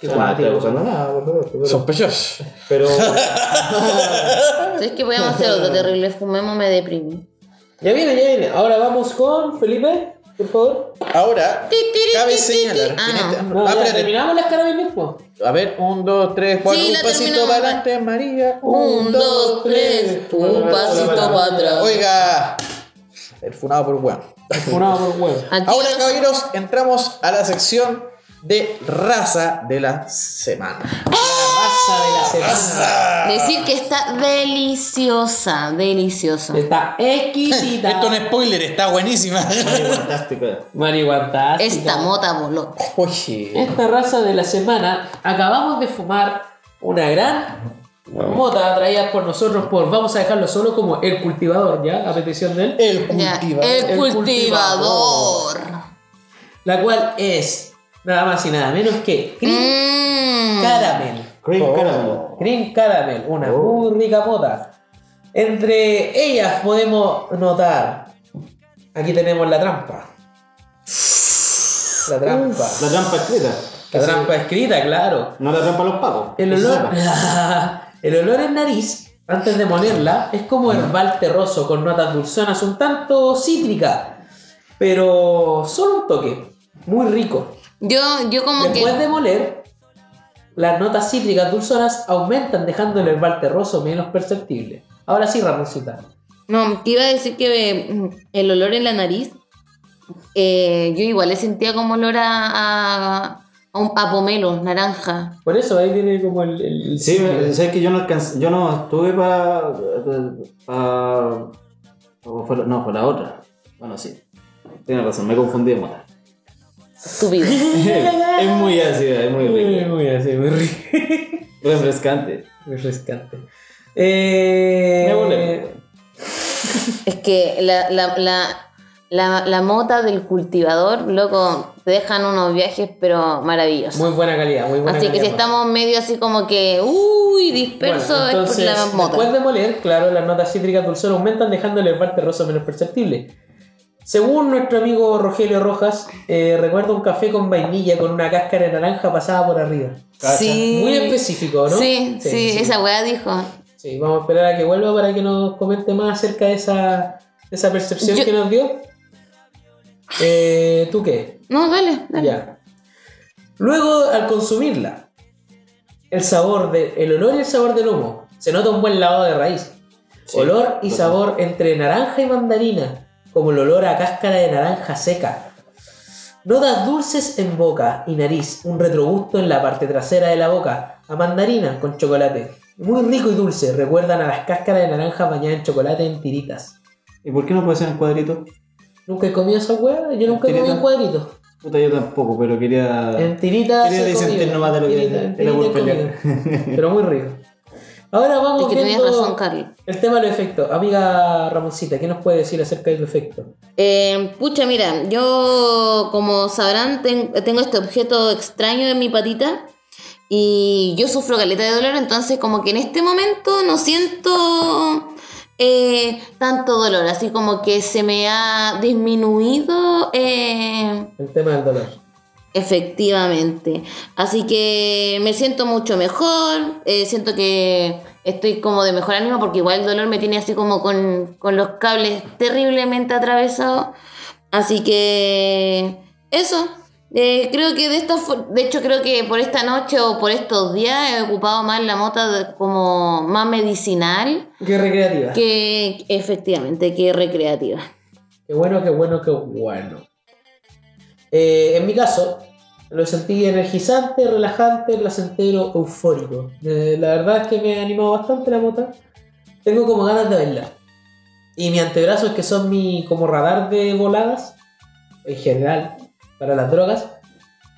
Qué Ah, no, guay, estoy acusando nada, por favor, pero- Sospechosos. Pero. <laughs> ¿Sabes qué podíamos hacer otro terrible? Fumemos, me deprimí. Ya viene, ya viene. Ahora vamos con Felipe, por favor. Ahora, Ti, ti, ti, cabe ti, ti. señalar. Ah, que en no. este- No, Ah, ya, espérate. terminamos las cannabis mismo. A ver, un, dos, tres, cuatro. Sí, un la pasito terminamos. para adelante, María. Un, dos, tres, un pasito para atrás. Oiga, el funado por weón. Funado por <laughs> huevo. Aquí Ahora, caballeros, entramos a la sección de raza de la semana. Pasa de la semana. decir que está deliciosa, deliciosa. Está exquisita. Esto no es spoiler, está buenísima. Fantástica. Marihuantástica. Esta mota voló. Oye. Esta raza de la semana acabamos de fumar Una gran mota traída por nosotros por vamos a dejarlo solo como el cultivador, ¿ya? A petición de él. El Ya, cultivador. el el cultivador. La cual es nada más y nada menos que Cream Mm. Caramel. Cream Oh. Caramel. Green Caramel, una muy rica mota. Entre ellas podemos notar. Aquí tenemos la trampa. La trampa. La trampa escrita. la trampa escrita, claro. No la trampa a los pagos. El Que se olor. sepa. <laughs> el olor en nariz, antes de ponerla, es como herbal terroso con notas dulzonas un tanto cítrica. Pero solo un toque. Muy rico. Yo, yo como que. Después de moler, las notas cítricas dulzonas aumentan dejando el herbal terroso menos perceptible. Ahora sí, Ramoncita. No, te iba a decir que eh, mm, el olor en la nariz, eh, yo igual le sentía como olor a, a, a un- a pomelo, naranja. Por eso ahí viene como el... el- el- Sí, sé que yo no alcancé, yo no estuve para. para- o fue la- no, fue la otra. Bueno, sí. Tienes razón, me confundí de mota. Estúpido. <laughs> es muy ácida, es muy Muy, rica. muy así, muy rico. <laughs> Refrescante. Muy rescate. Eh, Me volé. es que la, la, la, la, la mota del cultivador, loco, te dejan unos viajes, pero maravillosos. muy buena calidad, muy buena así calidad. que si estamos medio así como que, uy, disperso, Bueno, es por entonces, la mota. Después de moler, claro, las notas cítricas dulzonas aumentan dejando el herbal terroso menos perceptible. Según nuestro amigo Rogelio Rojas, eh, recuerda un café con vainilla con una cáscara de naranja pasada por arriba. Sí. Muy específico, ¿no? Sí, sí, esa weá dijo. Sí, vamos a esperar a que vuelva para que nos comente más acerca de esa, de esa percepción Yo- que nos dio. Eh, ¿Tú qué? No, dale, dale. Ya. Luego, al consumirla, el sabor de, el olor y el sabor del humo. Se nota un buen lavado de raíz. olor y sabor entre naranja y mandarina, como el olor a cáscara de naranja seca. Notas dulces en boca y nariz, un retrogusto en la parte trasera de la boca, a mandarina con chocolate. Muy rico y dulce, recuerdan a las cáscaras de naranja bañadas en chocolate en tiritas. ¿Y por qué no puede ser en cuadrito? ¿Nunca he comido esa hueá? Yo nunca he comido ¿Tiritas? en cuadritos. Puta, yo tampoco, pero quería. En tiritas. Quería he disentir comido, nomás de lo que- tiritas, de la tiritas he Wolfenlian. comido, Pero muy rico. Ahora vamos Es que tenías viendo razón, Carlos. el tema de los efectos. Amiga Ramoncita, ¿qué nos puede decir acerca de los efectos? Eh, pucha, mira, yo como sabrán ten- tengo este objeto extraño en mi patita y yo sufro caleta de dolor, entonces como que en este momento no siento eh, tanto dolor, así como que se me ha disminuido eh, El tema del dolor. efectivamente. Así que me siento mucho mejor, eh, siento que estoy como de mejor ánimo porque igual el dolor me tiene así como con, con los cables terriblemente atravesados. Así que eso. Eh, creo que de esta fo- de hecho creo que por esta noche o por estos días he ocupado más la mota de- como más medicinal Qué recreativa. Qué, que efectivamente que recreativa. bueno, qué bueno, qué bueno. Eh, en mi caso, lo sentí energizante, relajante, placentero, eufórico. Eh, la verdad es que me ha animado bastante la mota. Tengo como ganas de bailar. Y mis antebrazos, que son mi como radar de voladas, en general, para las drogas.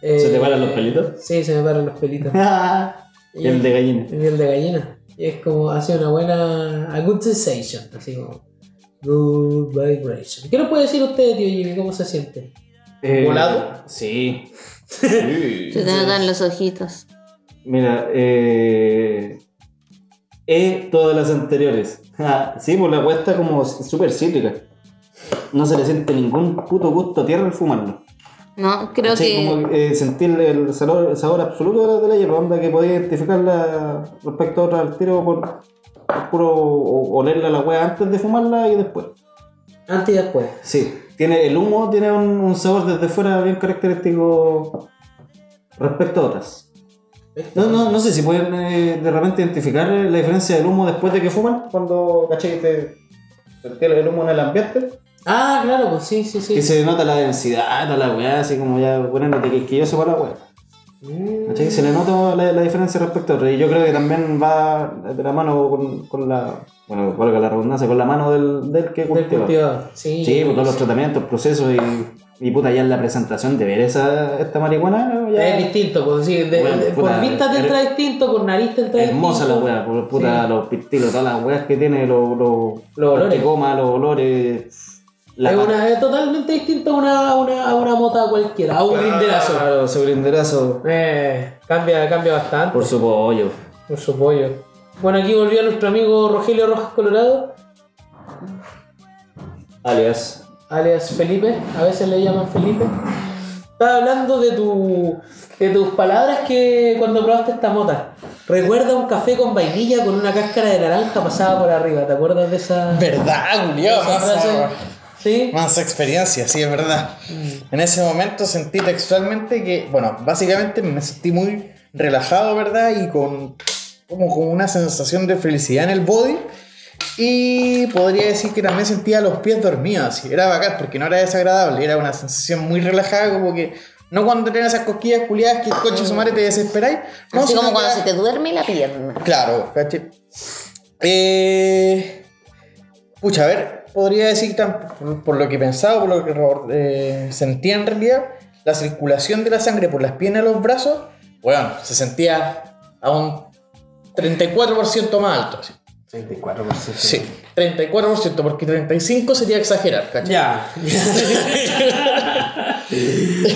¿Se eh, te paran los pelitos? Sí, se me paran los pelitos. y <laughs> <laughs> el de gallina. Y el de gallina. Y es como, hace una buena. A good sensation. Así como. Good vibration. ¿Qué nos puede decir usted, tío Jimmy? ¿Cómo se siente? Eh, ¿Volado? Sí. <laughs> Se te notan los ojitos. Mira, eh. E todas las anteriores. <laughs> Ja, sí, pues la cuesta como súper cítrica. No se le siente ningún puto gusto a tierra al fumarlo. No, creo Sí, que como eh, sentir el sabor, sabor absoluto de la, de la hierba, onda que podía identificarla respecto a otra al tiro por, por puro o- olerla la weá antes de fumarla y después. Antes y después. Sí, tiene, el humo tiene un, un sabor desde fuera bien característico respecto a otras. No, no, no sé si pueden eh, de repente identificar eh, la diferencia del humo después de que fuman, cuando caché que te sentí el humo en el ambiente, Ah, claro, pues sí, sí, sí. que se nota la densidad, toda la weá, así como ya poniéndote quisquilloso para la weá. Mm. ¿Cachai? Se le nota la, la diferencia respecto a otra. Y yo creo que también va de la mano con, con la. Bueno, valga la redundancia, con la mano del, del que Del cultiva. pues, cultivador. Sí. Sí, por todos los tratamientos, procesos y Y puta, ya en la presentación de ver esa, esta marihuana, ya. Es distinto, pues, sí, de- Bueno, de- puta, por vista te her- entra distinto, por nariz te entra Hermosa la distinto. wea, por puta, los pistilos, todas las weas que tiene, los, los, Los olores. que coma, los olores. La es, una, es totalmente distinto a una, a una, a una mota cualquiera, a un grinderazo. Claro, su grinderazo Eh, cambia, cambia bastante por su pollo. por su pollo. Bueno, aquí volvió nuestro amigo Rogelio Rojas Colorado, Alias. alias Felipe, a veces le llaman Felipe. Estaba hablando de, tu, de tus palabras que cuando probaste esta mota. Recuerda un café con vainilla con una cáscara de naranja pasada por arriba. ¿Te acuerdas de esa, de ¿Verdad, Julio? esa frase? Sí. Más experiencia, sí, es verdad. Mm. En ese momento sentí textualmente que, bueno, básicamente me sentí muy relajado, ¿verdad? Y con como con una sensación de felicidad en el body. Y podría decir que también sentía los pies dormidos, así. Era bacán, porque no era desagradable, era una sensación muy relajada, como que no cuando tenés esas cosquillas culiadas que el coche su madre te desesperáis. No, Así sino como que cuando era- se te duerme la pierna. Claro, ¿cachai? Eh, pucha, a ver, podría decir, tan- por, por lo que pensaba, por lo que eh, sentía en realidad, la circulación de la sangre por las piernas a los brazos, bueno, se sentía a un 34% más alto. así. 34%. Sí, 34%, porque 35% sería exagerar, ¿cachai? Ya.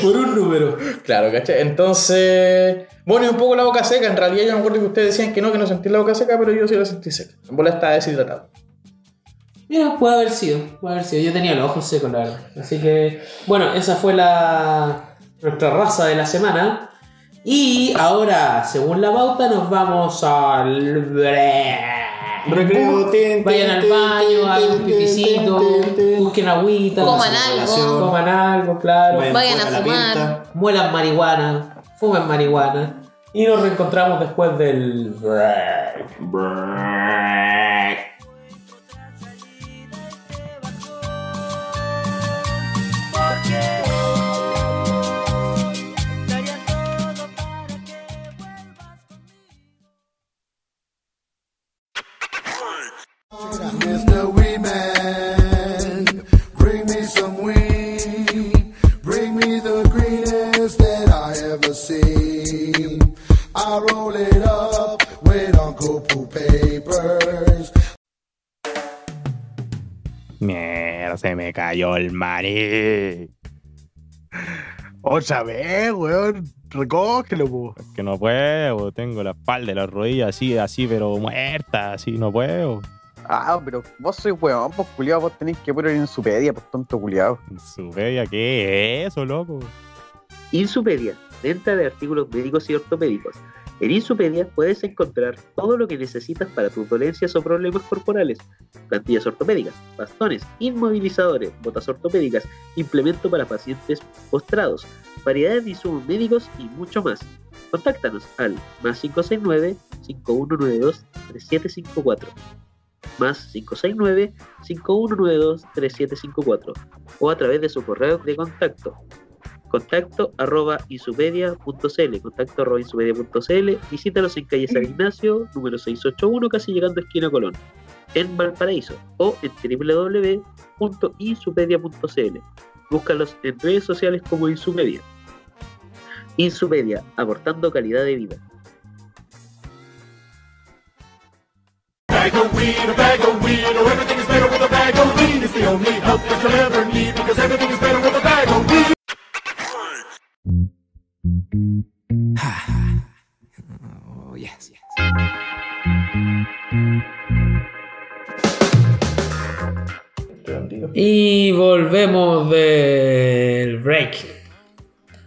por un número. Claro, ¿cachai? Entonces, bueno, y un poco la boca seca. En realidad, yo me acuerdo que ustedes decían que no, que no sentí la boca seca, pero yo sí la sentí seca. En bola estaba deshidratado. Mira, puede haber sido, puede haber sido. Yo tenía los ojos secos, la verdad. Así que, bueno, esa fue la nuestra raza de la semana. Y ahora, según la pauta, nos vamos al break. Recreo, tin, Vayan tin, al tin, tin, baño, hagan un tin, tin, pipicito, tin, tin. busquen agüita, Coman circulación. algo. coman algo, claro. Vayan Vayan a la fumar. pinta. Muelan marihuana, fumen marihuana. Y nos reencontramos después del break. Mr. Weeman, bring me some weed. Bring me the greenest that I ever seen. I roll it up with Uncle Pooh papers. Mierda, se me cayó el maní. Otra vez, weón. Recógelo, po. Es que no puedo, tengo la espalda y las rodillas así, así, pero muerta, así, no puedo. Ah, pero vos sois weón, pues culiado, vos tenéis que poner en su pedia, pues tonto culiado. Supedia, ¿qué es eso, loco? Insupedia, venta de artículos médicos y ortopédicos. En Insupedia puedes encontrar todo lo que necesitas para tus dolencias o problemas corporales. Plantillas ortopédicas, bastones, inmovilizadores, botas ortopédicas, implemento para pacientes postrados, variedades de insumos médicos y mucho más. Contáctanos al más 569-5192-3754. Más 569-5192-3754 o a través de su correo de contacto contacto arroba insupedia.cl, contacto arroba insupedia.cl, visítalos en calle San Ignacio, número 681, casi llegando a esquina Colón, en Valparaíso, o en www.insupedia.cl. Búscalos en redes sociales como Insupedia. Insupedia, aportando calidad de vida. Bag of weed, a bag of weed, oh, everything is better with a bag of weed. It's the only help that you'll ever need because everything is better with a bag of weed. Oh, yes, yes. Y volvemos del break.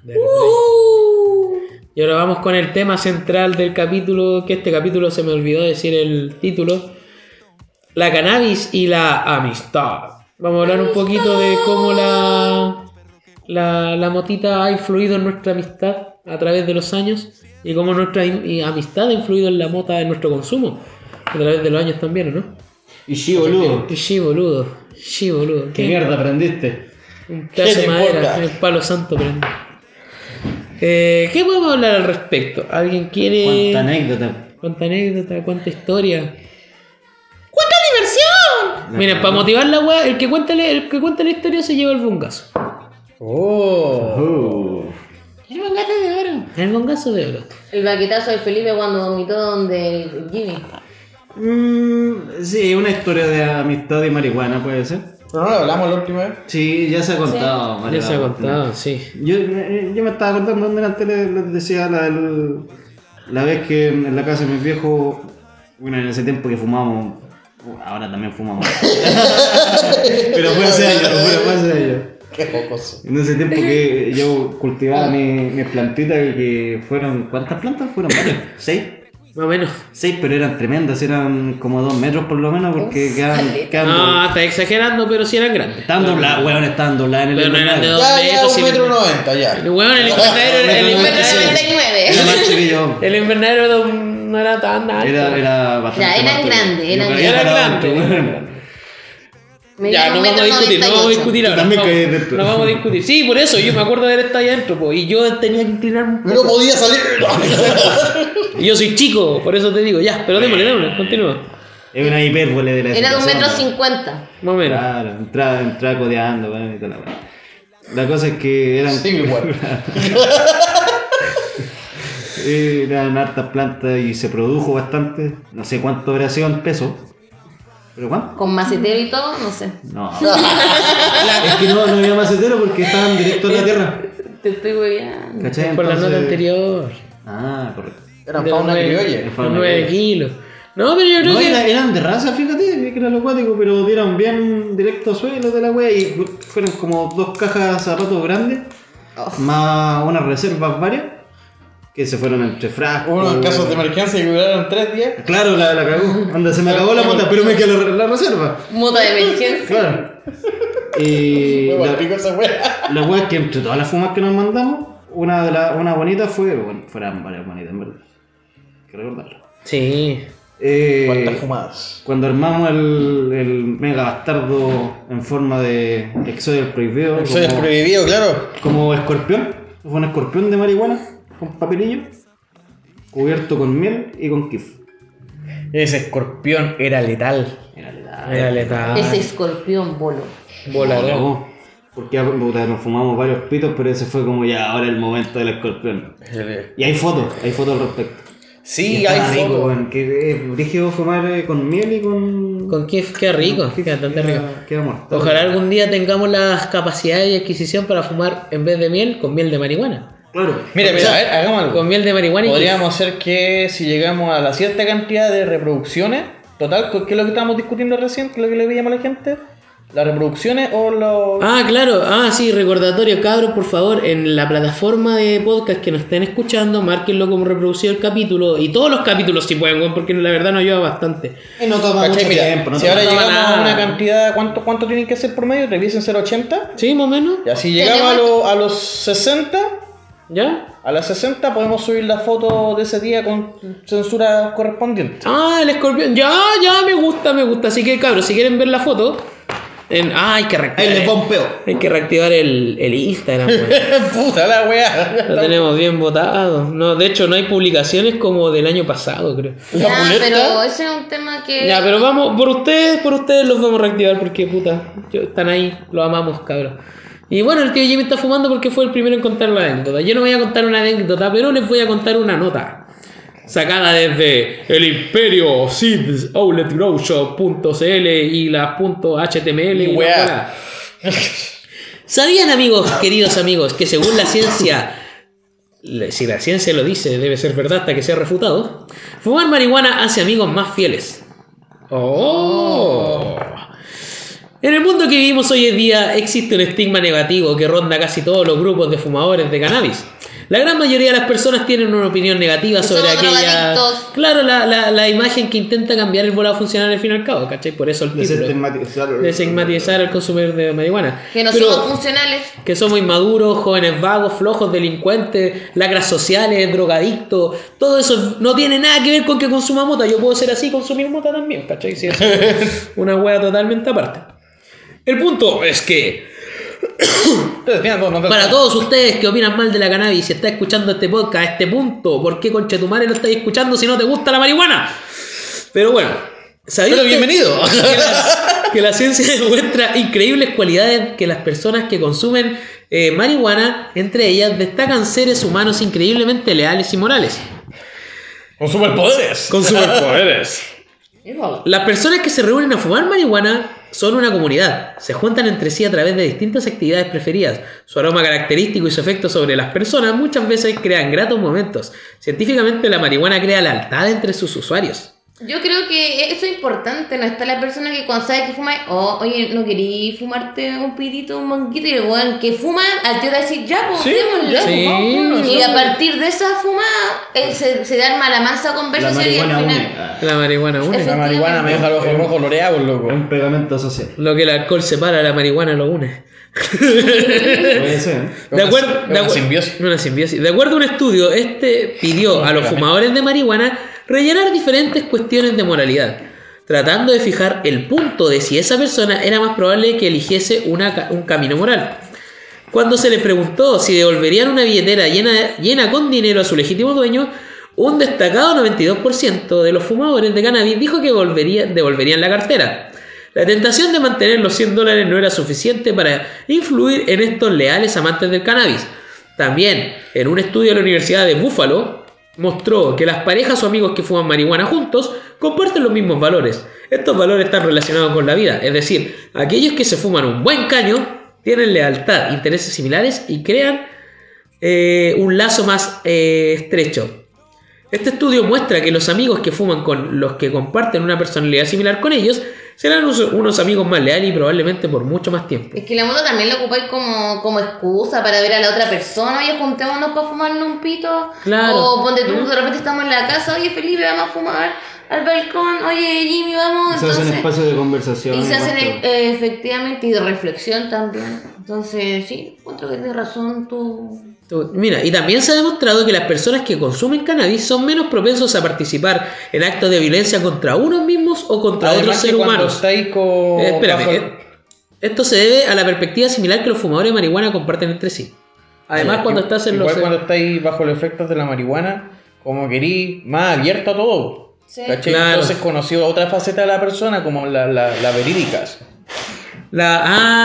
Del break. Y ahora vamos con el tema central del capítulo, que este capítulo se me olvidó decir el título. La cannabis y la amistad. Vamos a hablar un poquito de cómo la, la, la motita ha influido en nuestra amistad a través de los años y cómo nuestra in- y amistad ha influido en la mota, en nuestro consumo a través de los años también, ¿o ¿no? Y sí, boludo. Y sí, boludo. Sí, boludo. ¿Qué mierda aprendiste? Un pedazo de te madera, importa? el palo santo prende. Eh, ¿Qué podemos hablar al respecto? ¿Alguien quiere Cuánta anécdota. cuánta anécdota, cuánta historia? ¡Cuánta diversión! Miren, para motivar la weá, el que cuenta la, el que cuenta la historia se lleva el bungazo. Oh. El mangazo de oro. El mangazo de oro. El baquetazo de Felipe cuando vomitó donde Jimmy. Mm, sí, una historia de amistad y marihuana puede ser. No, no lo hablamos la última vez. Sí, ya se ha contado. Ya María, se ha la- contado, sí. Yo, eh, yo me estaba contando donde antes les, les decía la, el- la vez que en la casa de mis viejos, bueno, en ese tiempo que fumábamos, uh, ahora también fumamos, <laughs> pero fue hace años, pero fue hace años. Qué jocoso. En ese tiempo que yo cultivaba mi- mis plantitas, que fueron, ¿cuántas plantas fueron? Varias, ¿Seis? Más o menos. Seis, pero eran tremendas, eran como dos metros por lo menos, porque quedaban, quedaban No, está exagerando, pero sí eran grandes. Estaban dobladas, weón, estaban dobladas en el Pero no eran de invernadero. dos Ya, ya, metros. sí, un metro noventa, ya. el- Weón, el invernadero era- el invernadero- 1,99. Era más chiquillo. el invernadero era un- no era tan alto. Era, era bastante. Ya, eran más chiquillo. grandes, eran Yo caía grandes. para Eran adentro, grandes, weón. Ya, no vamos a discutir, no vamos a discutir ahora. También no, caí dentro. no vamos a discutir. Sí, por eso, yo me acuerdo de él está ahí adentro, po, y yo tenía que inclinarme un No poco. podía salir. Y yo soy chico, por eso te digo, ya, pero démosle, démosle, continúa. Es una hipérbole de la Era de un situación, metro weón. cincuenta. Más o menos. Claro, entraba, entraba codeando, weón, y toda la weá. La cosa es que eran, Civil War. eran hartas plantas y se produjo bastante. No sé cuánto habrá sido en pesos. ¿Pero cuánto? Con macetero y todo, no sé. <laughs> No. es que no, no había macetero porque estaban directo en la tierra. Te estoy hueveando. ¿Cachai? Por la nota Entonces- anterior. Ah, correcto. Era De fauna nueve- criolla. Es fauna 9 criolla. kilos. No, pero yo creo No, que. era- eran de raza, fíjate, que era lo acuático, pero dieron bien directo suelo de la wea y fueron como dos cajas a ratos grandes, más unas reservas varias, que se fueron entre frascos. Hubo unos casos de emergencia que duraron tres días. Claro, la, la cagó. Anda, se me acabó la mota, pero me quedó la, la reserva. Moto de <laughs> emergencia. Claro. Y Fue la, para pico esa wea. la wea es que entre todas las fumas que nos mandamos, una, de la, una bonita fue, bueno, fueron varias bonitas, en verdad. Hay que recordarlo. Sí. Eh, ¿Cuántas fumadas? Cuando armamos el, el mega bastardo en forma de Exodia prohibido, Soy como, desprohibido, claro. como escorpión, fue un escorpión de marihuana con papelillo, cubierto con miel y con kif. Ese escorpión era letal. Era letal. Era letal. Ese escorpión bolo. Volador. Cagó. Porque ah, puta, nos fumamos varios pitos, pero ese fue como ya ahora el momento del escorpión. Y hay fotos, hay fotos al respecto. Sí, Y está hay rico, fotos. weón, que es brígido fumar eh, con miel y con. Con qué, qué rico, qué bastante rico. Queda- Queda muerto. Ojalá algún día tengamos las capacidades y adquisición para fumar en vez de miel con miel de marihuana. Claro. Mira, mira, a ver, hagamos algo. Con miel de marihuana y Podríamos hacer que si llegamos a la cierta cantidad de reproducciones, total, ¿qué es lo que estábamos discutiendo recién? ¿Qué es lo que le veíamos a la gente? ¿Las reproducciones o los.? Ah, claro. Ah, sí, recordatorio, cabros, por favor, en la plataforma de podcast que nos estén escuchando, márquenlo como reproducido el capítulo. Y todos los capítulos si pueden, weón, porque la verdad nos ayuda bastante. Y no toma ¿Cachai? mucho Mira, tiempo, no si toma- ahora no llegamos nada. a una cantidad, ¿cuánto, ¿cuánto tienen que ser por medio? Revisen 080. ¿Sí, más o menos? Y así llegamos a, lo- a los 60. ¿Ya? A las 60 podemos subir la foto de ese día con censura correspondiente. Ah, el escorpión. Ya, ya, me gusta, me gusta. Así que, cabros, si quieren ver la foto... En... Ah, hay que reactivar, El de el- Pompeo. hay que reactivar el, el Instagram, weón. <laughs> Puta la wea. Lo tenemos bien votado. No, de hecho, no hay publicaciones como del año pasado, creo. Ya, muleta. pero ese es un tema que. Ya, pero vamos, por ustedes, por ustedes los vamos a reactivar porque puta, yo- están ahí, lo amamos, cabrón. Y bueno, el tío Jimmy está fumando porque fue el primero en contar la anécdota. Yo no voy a contar una anécdota, pero les voy a contar una nota. Sacada desde el imperio Sims Outlet Grow Shop.cl y las punto .html y Mi la weá. weá. ¿Sabían, amigos, queridos amigos, que según la ciencia le- si la ciencia lo dice, debe ser verdad hasta que sea refutado. Fumar marihuana hace amigos más fieles. Oh. En el mundo que vivimos hoy en día existe un estigma negativo que ronda casi todos los grupos de fumadores de cannabis. La gran mayoría de las personas tienen una opinión negativa Que sobre somos aquella. drogadictos. Claro, la, la- la imagen que intenta cambiar el volado funcional al fin y al cabo, ¿cachai? Por eso el título. ¿eh? Desestigmatizarlo. Desestigmatizar al consumidor de marihuana. Que no Pero- somos funcionales. que somos inmaduros, jóvenes vagos, flojos, delincuentes, lacras sociales, drogadictos, todo eso no tiene nada que ver con que consuma mota. Yo puedo ser así y consumir mota también, ¿cachai? Si es una wea totalmente aparte. El punto es que Entonces, mira, no, no, no. para todos ustedes que opinan mal de la cannabis y si está escuchando este podcast a este punto, ¿por qué conchetumare lo estáis escuchando si no te gusta la marihuana? Pero bueno, ¿sabéis Pero que- bienvenido. <laughs> que la, que la ciencia demuestra increíbles cualidades que las personas que consumen eh, marihuana, entre ellas destacan seres humanos increíblemente leales y morales. Con superpoderes. Con superpoderes. <laughs> Las personas que se reúnen a fumar marihuana son una comunidad. Se juntan entre sí a través de distintas actividades preferidas. Su aroma característico y su efecto sobre las personas muchas veces crean gratos momentos. Científicamente la marihuana crea lealtad entre sus usuarios. Yo creo que eso es importante, ¿no? Está la persona que cuando sabe que fuma, oh, oye, ¿no querí fumarte un pitito, un manquito? Y el weón que fuma, al tío te va a decir, ya, pues, Sí, démosle. ya, pues. Sí. fumamos uno, Y sí. a partir de esa fumada, eh, se, se da mala mansa conversación y al final... La marihuana une. La marihuana me deja los ojos rojos loreados, loco. Un pegamento social. <laughs> Lo que el alcohol separa, la marihuana lo une. Puede ser. De acuerdo, Es de una acuerdo- simbiosis. una simbiosis. De acuerdo a un estudio, este pidió a los fumadores de marihuana rellenar diferentes cuestiones de moralidad, tratando de fijar el punto de si esa persona era más probable que eligiese una ca- un camino moral. Cuando se le preguntó si devolverían una billetera llena, llena con dinero a su legítimo dueño, un destacado 92% de los fumadores de cannabis dijo que volvería- devolverían la cartera. La tentación de mantener los 100 dólares no era suficiente para influir en estos leales amantes del cannabis. También, en un estudio de la Universidad de Buffalo, mostró que las parejas o amigos que fuman marihuana juntos comparten los mismos valores. Estos valores están relacionados con la vida, es decir, aquellos que se fuman un buen caño tienen lealtad, intereses similares y crean eh, un lazo más eh, estrecho. Este estudio muestra que los amigos que fuman con los que comparten una personalidad similar con ellos serán unos- unos amigos más leales y probablemente por mucho más tiempo. Es que la moto también la ocupáis como, como excusa para ver a la otra persona, oye, juntémonos para fumarnos un pito. Claro. O ponte tú, de repente estamos en la casa, oye, Felipe, vamos a fumar al balcón, oye, Jimmy, vamos. Se hacen espacios de conversación. Y se hacen más todo. eh, efectivamente y de reflexión también. Entonces, sí, encuentro que tienes razón tú. Tú- Mira, y también se ha demostrado que las personas que consumen cannabis son menos propensos a participar en actos de violencia contra unos mismos o contra otros seres humanos. Eh, espérame, eh, esto se debe a la perspectiva similar que los fumadores de marihuana comparten entre sí. Además, cuando estás en los. Ah, Igual cuando estáis bajo los efectos de la marihuana, como querí, más abierto a todo. Sí. ¿Cachai? Claro. Entonces conocí otra faceta de la persona como la, la, la verídicas. La,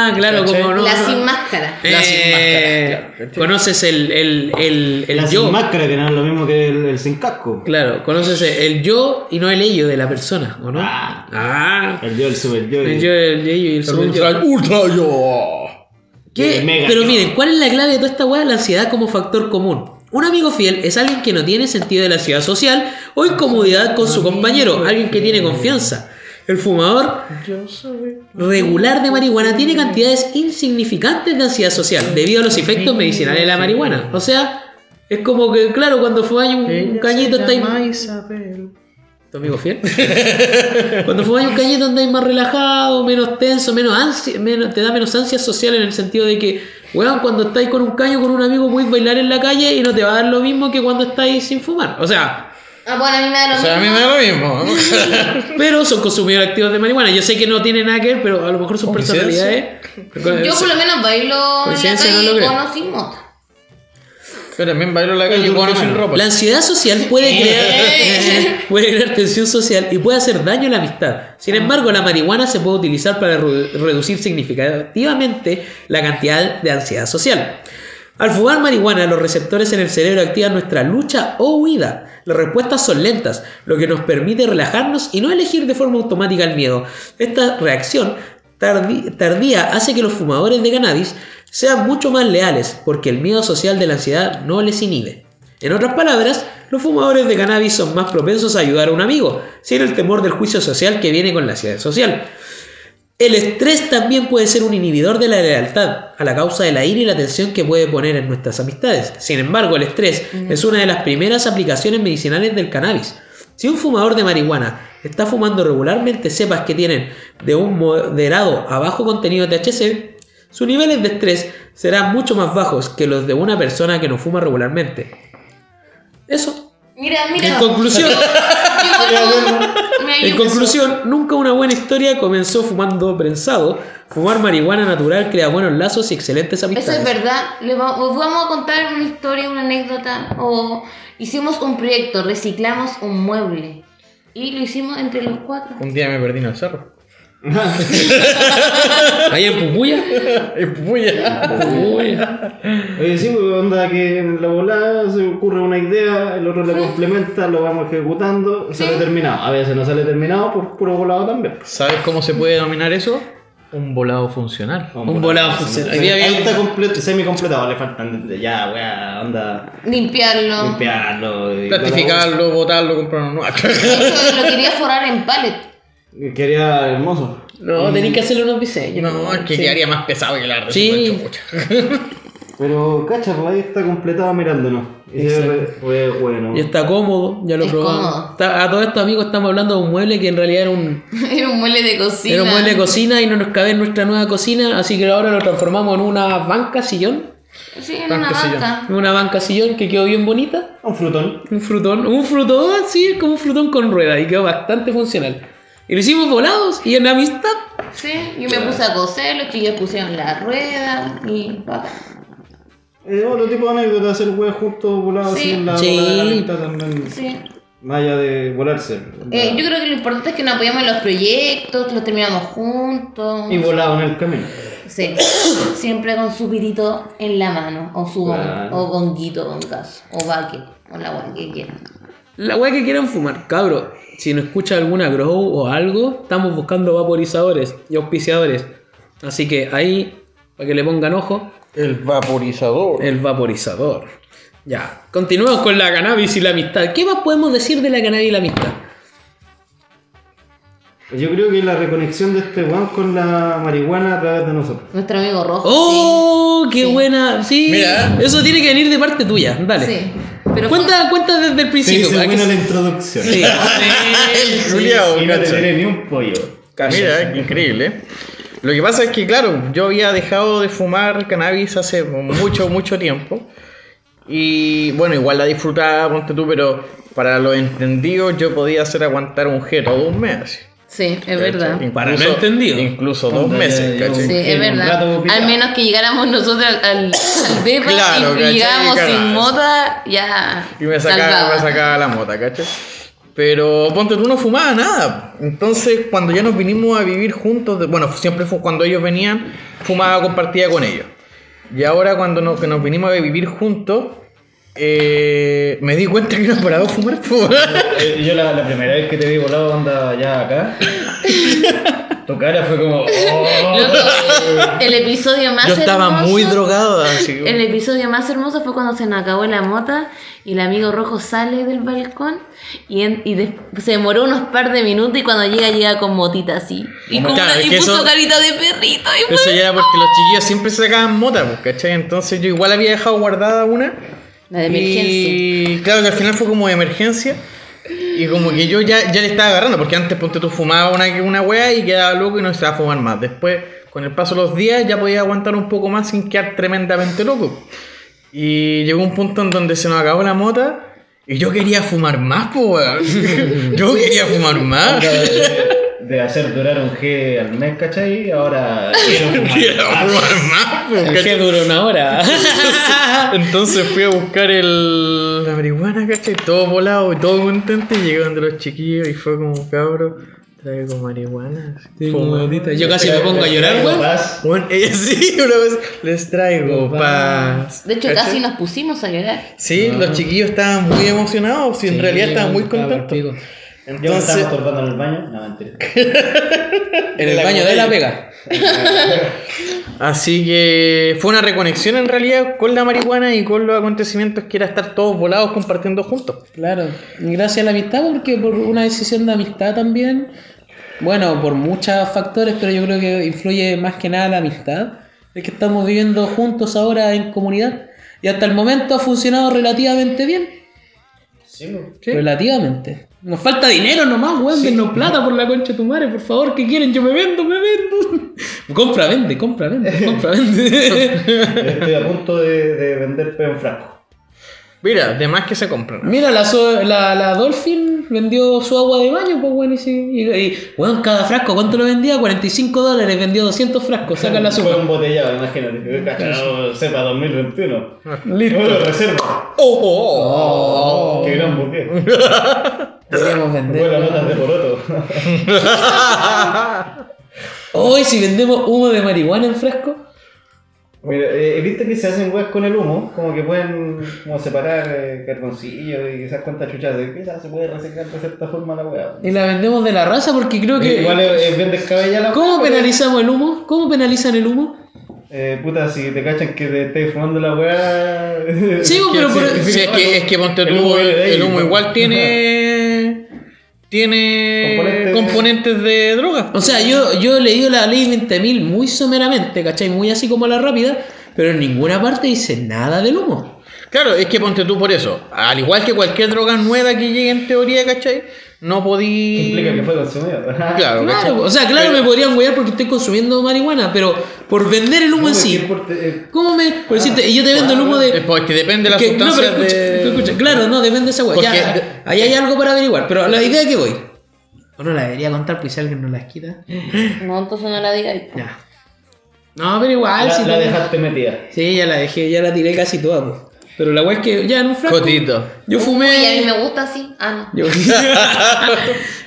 ah, claro, ¿Cachai? como no. la no, sin no. máscara. Eh, La sin máscara, claro, ¿cachai? conoces el, el, el, el La yo. sin máscara que no es lo mismo que el, el sin casco. Claro, conoces el yo y no el ello de la persona, ¿o no? Ah, El yo, el super yo. el yo, el ello y el El super yo. ultra, ultra yo. ¿Qué? El mega. Pero miren, ¿cuál es la clave de toda esta weá? La ansiedad como factor común. Un amigo fiel es alguien que no tiene sentido de la ansiedad social o incomodidad con su compañero, alguien que tiene confianza. El fumador regular de marihuana tiene cantidades insignificantes de ansiedad social debido a los efectos medicinales de la marihuana. O sea, es como que, claro, cuando fumáis un, un cañito estáis. ¿Tu amigo fiel? <laughs> Cuando fumáis un cañito andáis más relajado, menos tenso, menos ansia, menos, te da menos ansia social en el sentido de que, weón, cuando estáis con un caño con un amigo podéis bailar en la calle y no te va a dar lo mismo que cuando estáis sin fumar. O sea, Ah, bueno, a mí me da lo O sea, a mí mismo. me da lo mismo. pero son consumidores activos de marihuana. Yo sé que no tiene nada que ver, pero a lo mejor sus Conciencia. personalidades. Yo por lo menos bailo en la Conciencia no lo calle creo. con o sin mota. Yo también bailo en la calle con o sin ropa. La ansiedad social puede crear, <laughs> puede crear tensión social y puede hacer daño a la amistad. Sin embargo, la marihuana se puede utilizar para redu- reducir significativamente la cantidad de ansiedad social. Al fumar marihuana, los receptores en el cerebro activan nuestra lucha o huida. Las respuestas son lentas, lo que nos permite relajarnos y no elegir de forma automática el miedo. Esta reacción tardi- tardía hace que los fumadores de cannabis sean mucho más leales, porque el miedo social de la ansiedad no les inhibe. En otras palabras, los fumadores de cannabis son más propensos a ayudar a un amigo, sin el temor del juicio social que viene con la ansiedad social. El estrés también puede ser un inhibidor de la lealtad, a la causa de la ira y la tensión que puede poner en nuestras amistades. Sin embargo, el estrés es una de las primeras aplicaciones medicinales del cannabis. Si un fumador de marihuana está fumando regularmente cepas que tienen de un moderado a bajo contenido de THC, sus niveles de estrés serán mucho más bajos que los de una persona que no fuma regularmente. Eso. Mira, mira. En conclusión, <laughs> Mira, yo en pienso- conclusión, nunca una buena historia comenzó fumando prensado. Fumar marihuana natural crea buenos lazos y excelentes Eso amistades. es verdad. Les va- os vamos a contar una historia, una anécdota. O hicimos un proyecto, reciclamos un mueble. Y lo hicimos entre los cuatro. <laughs> Un día me perdí en el cerro. Ahí en Pupuya. En Pupuya. Oye, sí, pues, onda que en la volada se ocurre una idea, el otro la complementa, lo vamos ejecutando, sale terminado. A veces no sale terminado por puro volado también. ¿Sabes cómo se puede denominar eso? Un volado funcional. Un volado funcional. Hoy día Ahí había- está completo, semi completado, le faltan ya, weá, onda, Limpiarlo. limpiarlo. y toda la Plastificarlo, botarlo, comprar <laughs> uno nuevo. De hecho, lo quería forrar en pallet. weá. Quería hermoso. No, tenéis que hacerle unos diseños. No, es que Sí. quedaría más pesado que la Sí. Pero, cacha, pues, ahí está completado mirándonos. Y se ve- fue bueno. Y está cómodo, ya lo Es probamos. cómodo. Está- a todos estos amigos estamos hablando de un mueble que en realidad era un, <laughs> Era un mueble de cocina. era un mueble de cocina y no nos cabe en nuestra nueva cocina, así que ahora lo transformamos en una banca sillón. Sí, Ah, en una Banca, sillón. banca. En una banca sillón que quedó bien bonita. Un frutón. Un frutón, un frutón, sí, es como un frutón con rueda y quedó bastante funcional. Y lo hicimos volados y en amistad. Sí, yo me puse a coser, los chicos pusieron la rueda y Eh, otro tipo de anécdota, hacer weá justo volado Sí. así en la Sí. volada de la mitad también. Sí. Maya de volarse. Eh, yo creo que lo importante es que nos apoyamos en los proyectos, los terminamos juntos. Y volado en el camino. Sí, <coughs> siempre con su pitito en la mano, o su Claro. o gonguito, gongas, o baque, o la guan que quieran. La weá que quieran fumar, cabro. Si no escucha alguna grow o algo, estamos buscando vaporizadores y auspiciadores. Así que ahí, para que le pongan ojo, El vaporizador. el vaporizador. Ya, continuamos con la cannabis y la amistad. ¿Qué más podemos decir de la cannabis y la amistad? Yo creo que la reconexión de este weón con la marihuana a través de nosotros. Nuestro amigo rojo. ¡Oh! ¡Qué Sí. buena! Sí, Mira. eso tiene que venir de parte tuya. sí. Dale. sí. Pero Cuenta, cuenta desde el Se principio. hizo ¿a que buena la sí? introducción. Sí. <laughs> El Sí. Juliao, Y no te cacha. tiré ni un pollo. Mira, eh, qué increíble. eh. Lo que pasa es que, claro, yo había dejado de fumar cannabis hace mucho, mucho tiempo. Y bueno, igual la disfrutaba, ponte tú, pero para los entendidos yo podía hacer aguantar un jeto de un mes. así, Sí, es ¿cachai? verdad. Incluso- Para no entendidos. Incluso dos Onda, meses, ya, ya, ¿cachai? Sí, Sí, es un verdad. rato pillado. Al menos que llegáramos nosotros al, <laughs> al, al depa Claro, y ¿cachai? llegáramos Cagada. sin mota, ya. Y me sacaba, salvaba. me sacaba la mota, ¿cachai? Pero ponte tú no fumaba nada. Entonces, cuando ya nos vinimos a vivir juntos, de- bueno, siempre fu- cuando ellos venían, fumaba compartida con ellos. Y ahora cuando nos, que nos vinimos a vivir juntos, eh, me di cuenta que no paraba de fumar. po. <laughs> Eh, Yo la, la primera vez que te vi volado onda allá <laughs> acá. Tu cara fue como. oh. Loco, el episodio más Yo estaba hermoso- muy drogado, así que- El episodio más hermoso fue cuando se nos acabó la mota y el amigo rojo sale del balcón y, en- y de- se demoró unos par de minutos y cuando llega llega con motita así. Y, como Claro, una- es y que puso eso- carita de perrito. Y fue- Eso ya era porque los chiquillos siempre se sacaban mota, po, ¿cachai? Entonces yo igual había dejado guardada una. La de emergencia. Y claro que al final fue como de emergencia. Y como que yo ya, ya le estaba agarrando, porque antes ponte tú fumaba una, una wea y quedaba loco y no se iba a fumar más. Después, con el paso de los días, ya podía aguantar un poco más sin quedar tremendamente loco. Y llegó un punto en donde se nos acabó la mota y yo quería fumar más, po, <laughs> weón. Yo quería fumar más. Onda de, de hacer durar un G al mes, ¿cachai? Ahora <laughs> quiero Quiero fumar. fumar más, po, El ¿cachai? que duró una <laughs> hora. Entonces fui a buscar el, la marihuana, ¿cachai? Todo volado y todo contento. Y llegaron de los chiquillos y fue como, cabro, traigo marihuana. Sí, Fuma. como ahorita. Yo casi me pongo a llorar, weón. Paz. Bueno, ella <laughs> sí, una vez, les traigo paz. De hecho, ¿Cachai? casi nos pusimos a llorar. Sí, los chiquillos estaban muy emocionados y en realidad estaban muy contentos. Yo me estaba Entonces, masturbando en el baño. No, mentira. En el baño de la Vega. así que fue una reconexión en realidad con la marihuana y con los acontecimientos que era estar todos volados compartiendo juntos. Claro. Y Gracias a la amistad, porque por una decisión de amistad también. Bueno, por muchos factores, pero yo creo que influye más que nada la amistad. Es que estamos viviendo juntos ahora en comunidad. Y hasta el momento ha funcionado relativamente bien. pues. Sí. Relativamente. Nos falta dinero nomás, weón. Denos plata por la concha de tu madre, por favor. ¿Qué quieren? Yo me vendo, me vendo. <laughs> compra, vende, compra, vende, compra, vende. Estoy a punto de, de vender peo en frasco. Mira, de más que se compran. Mira, la, so- la, la Dolphin vendió su agua de baño, pues, weón. Y, sí, y- y, weón, cada frasco, ¿cuánto lo vendía? 45 dólares, vendió 200 frascos, saca la Fue suma. embotellado, imagínate. Cachado, sepa 2021. <laughs> Listo. Número de reserva. Oh, oh, oh. Qué gran buque. <laughs> Podríamos vender. Buenas notas de poroto. Hoy si vendemos humo de marihuana en frasco. <laughs> Mira, eh, he visto que se hacen weas con el humo, como que pueden como separar eh, carboncillos y esas cuantas chuchas. de Quizás se puede resecar de cierta forma la wea. Y la vendemos de la raza porque creo que. Igual es, es bien descabellada la ¿Cómo wea, pero- penalizamos el humo? ¿Cómo penalizan el humo? Eh, puta, si te cachan que te estés fumando la wea. <laughs> Sí, que pero por- significa sí, es algo. que- es que ponte El tú, humo viene de ahí, pues. el humo ¿no? igual <laughs> tiene- Tiene Componentes- componentes de pues. droga. O sea, yo, yo he leído la ley 20.000 muy someramente, ¿cachai? Muy así como a la rápida, pero en ninguna parte dice nada del humo. Claro, es que ponte tú por eso. Al igual que cualquier droga nueva que llegue en teoría, ¿cachai? No podí. Implica que fue consumido. Claro, ¿cachai? Claro, o sea, claro me podrían huear porque estoy consumiendo marihuana, pero por vender el humo en sí. ¿Cómo me.? Por decirte, y yo te vendo el humo de. Porque depende de la Que- no, sustancia. pero escucha, de- pero escucha, claro, no, depende de esa weá. Porque- Ya, Ahí hay algo para averiguar, pero la idea que voy. O no la debería contar, pues si alguien nos las quita. No, entonces no la digáis. Ya. No, pero igual. La- si la te- dejaste metida. Sí, ya la dejé, ya la tiré casi toda, pues. Pero la weá es que ya en un frasco. Cotito. Yo Uy, a mí fumé. me gusta así. Ah, <laughs> no. yo-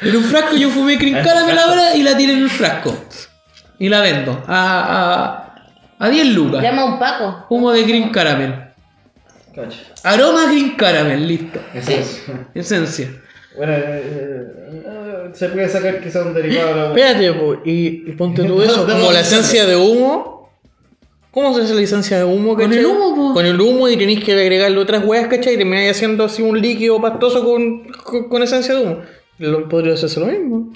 en un frasco yo fumé crincala <laughs> me la hora y la tiré en el frasco. Y la vendo a, a, a 10 lucas. Llama a un Paco. Humo de Green Caramel. Cacha. Aroma Green Caramel, listo. Eso es. Esencia. Bueno, eh, eh, se puede sacar que son derivados de la wea. Espérate, po, y, y ponte tú <laughs> No, eso. no, Como no, la no. esencia de humo. ¿Cómo se hace la esencia de humo, Con cachai? el humo, po. Con el humo y tenéis que agregarle otras huevas, cachai. Y termináis haciendo así un líquido pastoso con, con, con esencia de humo. Lo, podría hacerse lo mismo.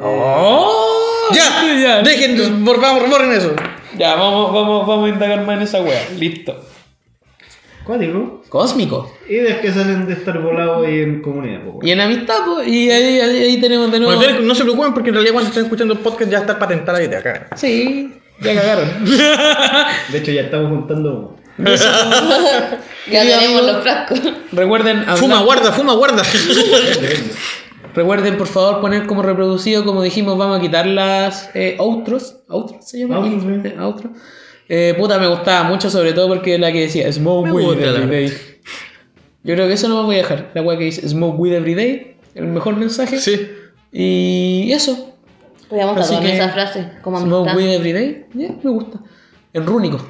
¡Oh! ¡Ya! ya, ¡Dejen! listo. ¡Borramos, borren eso! Ya, vamos, vamos, vamos a indagar más en esa wea. Listo. Cuático. Cósmico. Ideas que salen de estar volado y en comunidad. po, Y en amistad, pues, y ahí, ahí, ahí tenemos de nuevo. Bueno, no se preocupen porque en realidad cuando estén escuchando el podcast ya está patentada la idea, cagan. Sí, ya cagaron. De hecho, ya estamos juntando. Ya tenemos los frascos. Recuerden hablar- Fuma, guarda, fuma, guarda. Recuerden, por favor, poner como reproducido, como dijimos, vamos a quitar las eh, outros. ¿Outros se llama? Outros, sí. Eh, outro. Eh, puta, me gustaba mucho, sobre todo porque la que decía Smoke Me Weed gusta la Every Day. Yo creo que eso no me voy a dejar. La weá que dice Smoke Weed Every Day, el mejor mensaje. <laughs> Sí. Y eso. Podríamos Así tatuar que- esa frase como Smoke amistad. Weed Every Day, yeah, me gusta. En rúnico. Ah,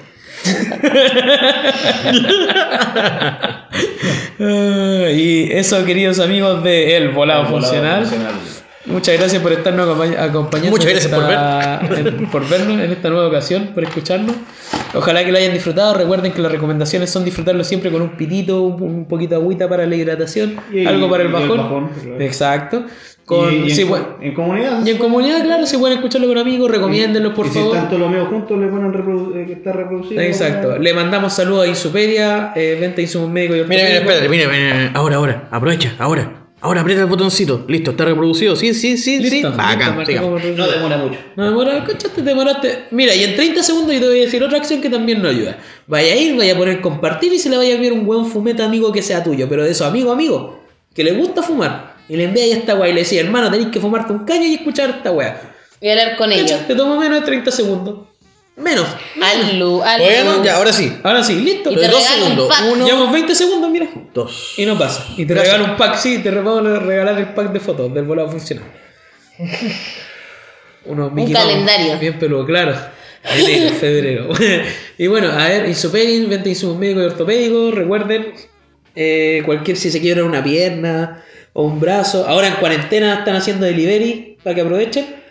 <laughs> y eso, queridos amigos de El Volado, Funcional. Muchas gracias por estarnos acompa- acompañando. Muchas en gracias por en- por vernos en esta nueva ocasión, por escucharnos. Ojalá que lo hayan disfrutado. Recuerden que las recomendaciones son disfrutarlo siempre con un pitito, un, un poquito de agüita para la hidratación, Y- algo para el y bajón. claro. Exacto. Con, Y- y sí, en, bueno, en comunidad. y en comunidad, claro, si pueden escucharlo con amigos, recomiéndenlo, por y favor. Si están todos los amigos juntos, le ponen reprodu- eh, que está reproducido. Exacto. Le mandamos saludos a Insupedia, eh, Venta Insumos Médicos y Mira, mira, Ortopédicos. espérate, mira, mira, mira. Ahora, ahora, aprovecha, ahora. Ahora aprieta el botoncito. Listo, está reproducido. Sí, sí, sí, Listo, sí. listo, Bacán, marca siga. como No demora mucho. No demora, cachaste, demoraste. Mira, y en 30 segundos yo te voy a decir otra acción que también no ayuda. Vaya a ir, vaya a poner compartir y se le vaya a enviar un buen fumeta amigo que sea tuyo, pero de eso, amigo, amigo, que le gusta fumar. Y le envía ahí esta weá y le decía, hermano, tenéis que fumarte un caño y escuchar esta weá. Y hablar con ellos. Te tomo menos de 30 segundos. Menos. Alu, alu. Bueno, ya, ahora sí. Ahora sí, listo. Y te Dos regalo un segundos. pack. Uno, Llevamos 20 segundos, mira. dos. Y no pasa. Y te Gracias. regalo un pack, sí, te vamos a regalar el pack de fotos del volado funcional. Unos Mickey Mouse, calendario. Bien peludo, claro. Enero, febrero. <laughs> y bueno, a ver, Insupedin, vente insumos médicos y ortopédicos. Recuerden, eh, cualquier si se quiebra una pierna o un brazo. Ahora en cuarentena están haciendo delivery para que aprovechen.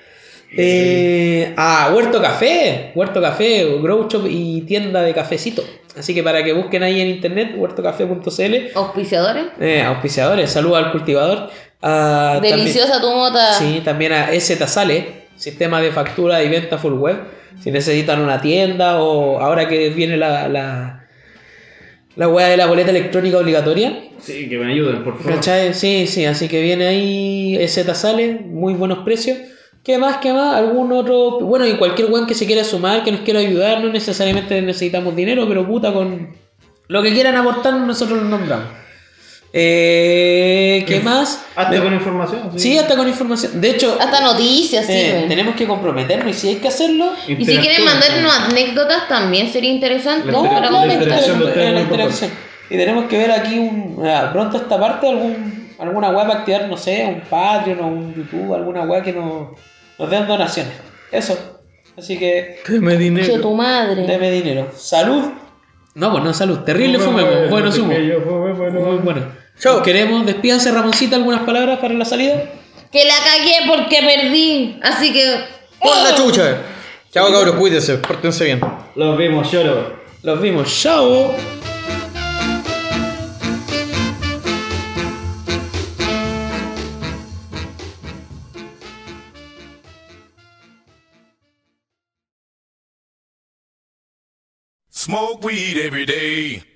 Eh, a Huerto Café, Huerto Café, Grow Shop y tienda de cafecito. Así que para que busquen ahí en internet, huertocafé.cl, Auspiciadores. eh, auspiciadores, saludos al cultivador. a- también- Deliciosa tu mota. sí, también a SZ Sale, sistema de factura y venta full web. Si necesitan una tienda o ahora que viene la, la, la weá de la boleta electrónica obligatoria. Sí, que me ayuden, por favor. ¿Cachai? Sí, sí, así que viene ahí SZ Sale, muy buenos precios. ¿Qué más? ¿Qué más? ¿Algún otro? Bueno, y cualquier weón que se quiera sumar, que nos quiera ayudar, no necesariamente necesitamos dinero, pero puta, con lo que quieran aportar, nosotros lo nombramos. Eh, ¿Qué más? Hasta De- con información. Sí, hasta con información. De hecho, Hasta noticias, sí, eh, güey. tenemos que comprometernos y si hay que hacerlo, Y si quieren Interactúen. mandarnos anécdotas, también sería interesante. La para interacción- la comentar. interacción de ustedes eh, la es muy interacción. Y tenemos que ver aquí un, ah, pronto esta parte algún, alguna web para activar, no sé, un Patreon o un YouTube, alguna web que nos, nos den donaciones. Eso. Así que. Deme Que tu dinero. madre. Deme dinero. Salud. No, pues no, salud. Terrible Fumemos, fumemos. eh, Bueno, no sé sumo. qué, Muy bueno. Chao. Queremos, despídanse, Ramoncita, algunas palabras para la salida. Que la cagué porque perdí. Así que. ¡Por la chucha! Chao, cabros, cuídense, pórtense bien. Los vimos, lloro. Los vimos. Chao. Smoke weed every day.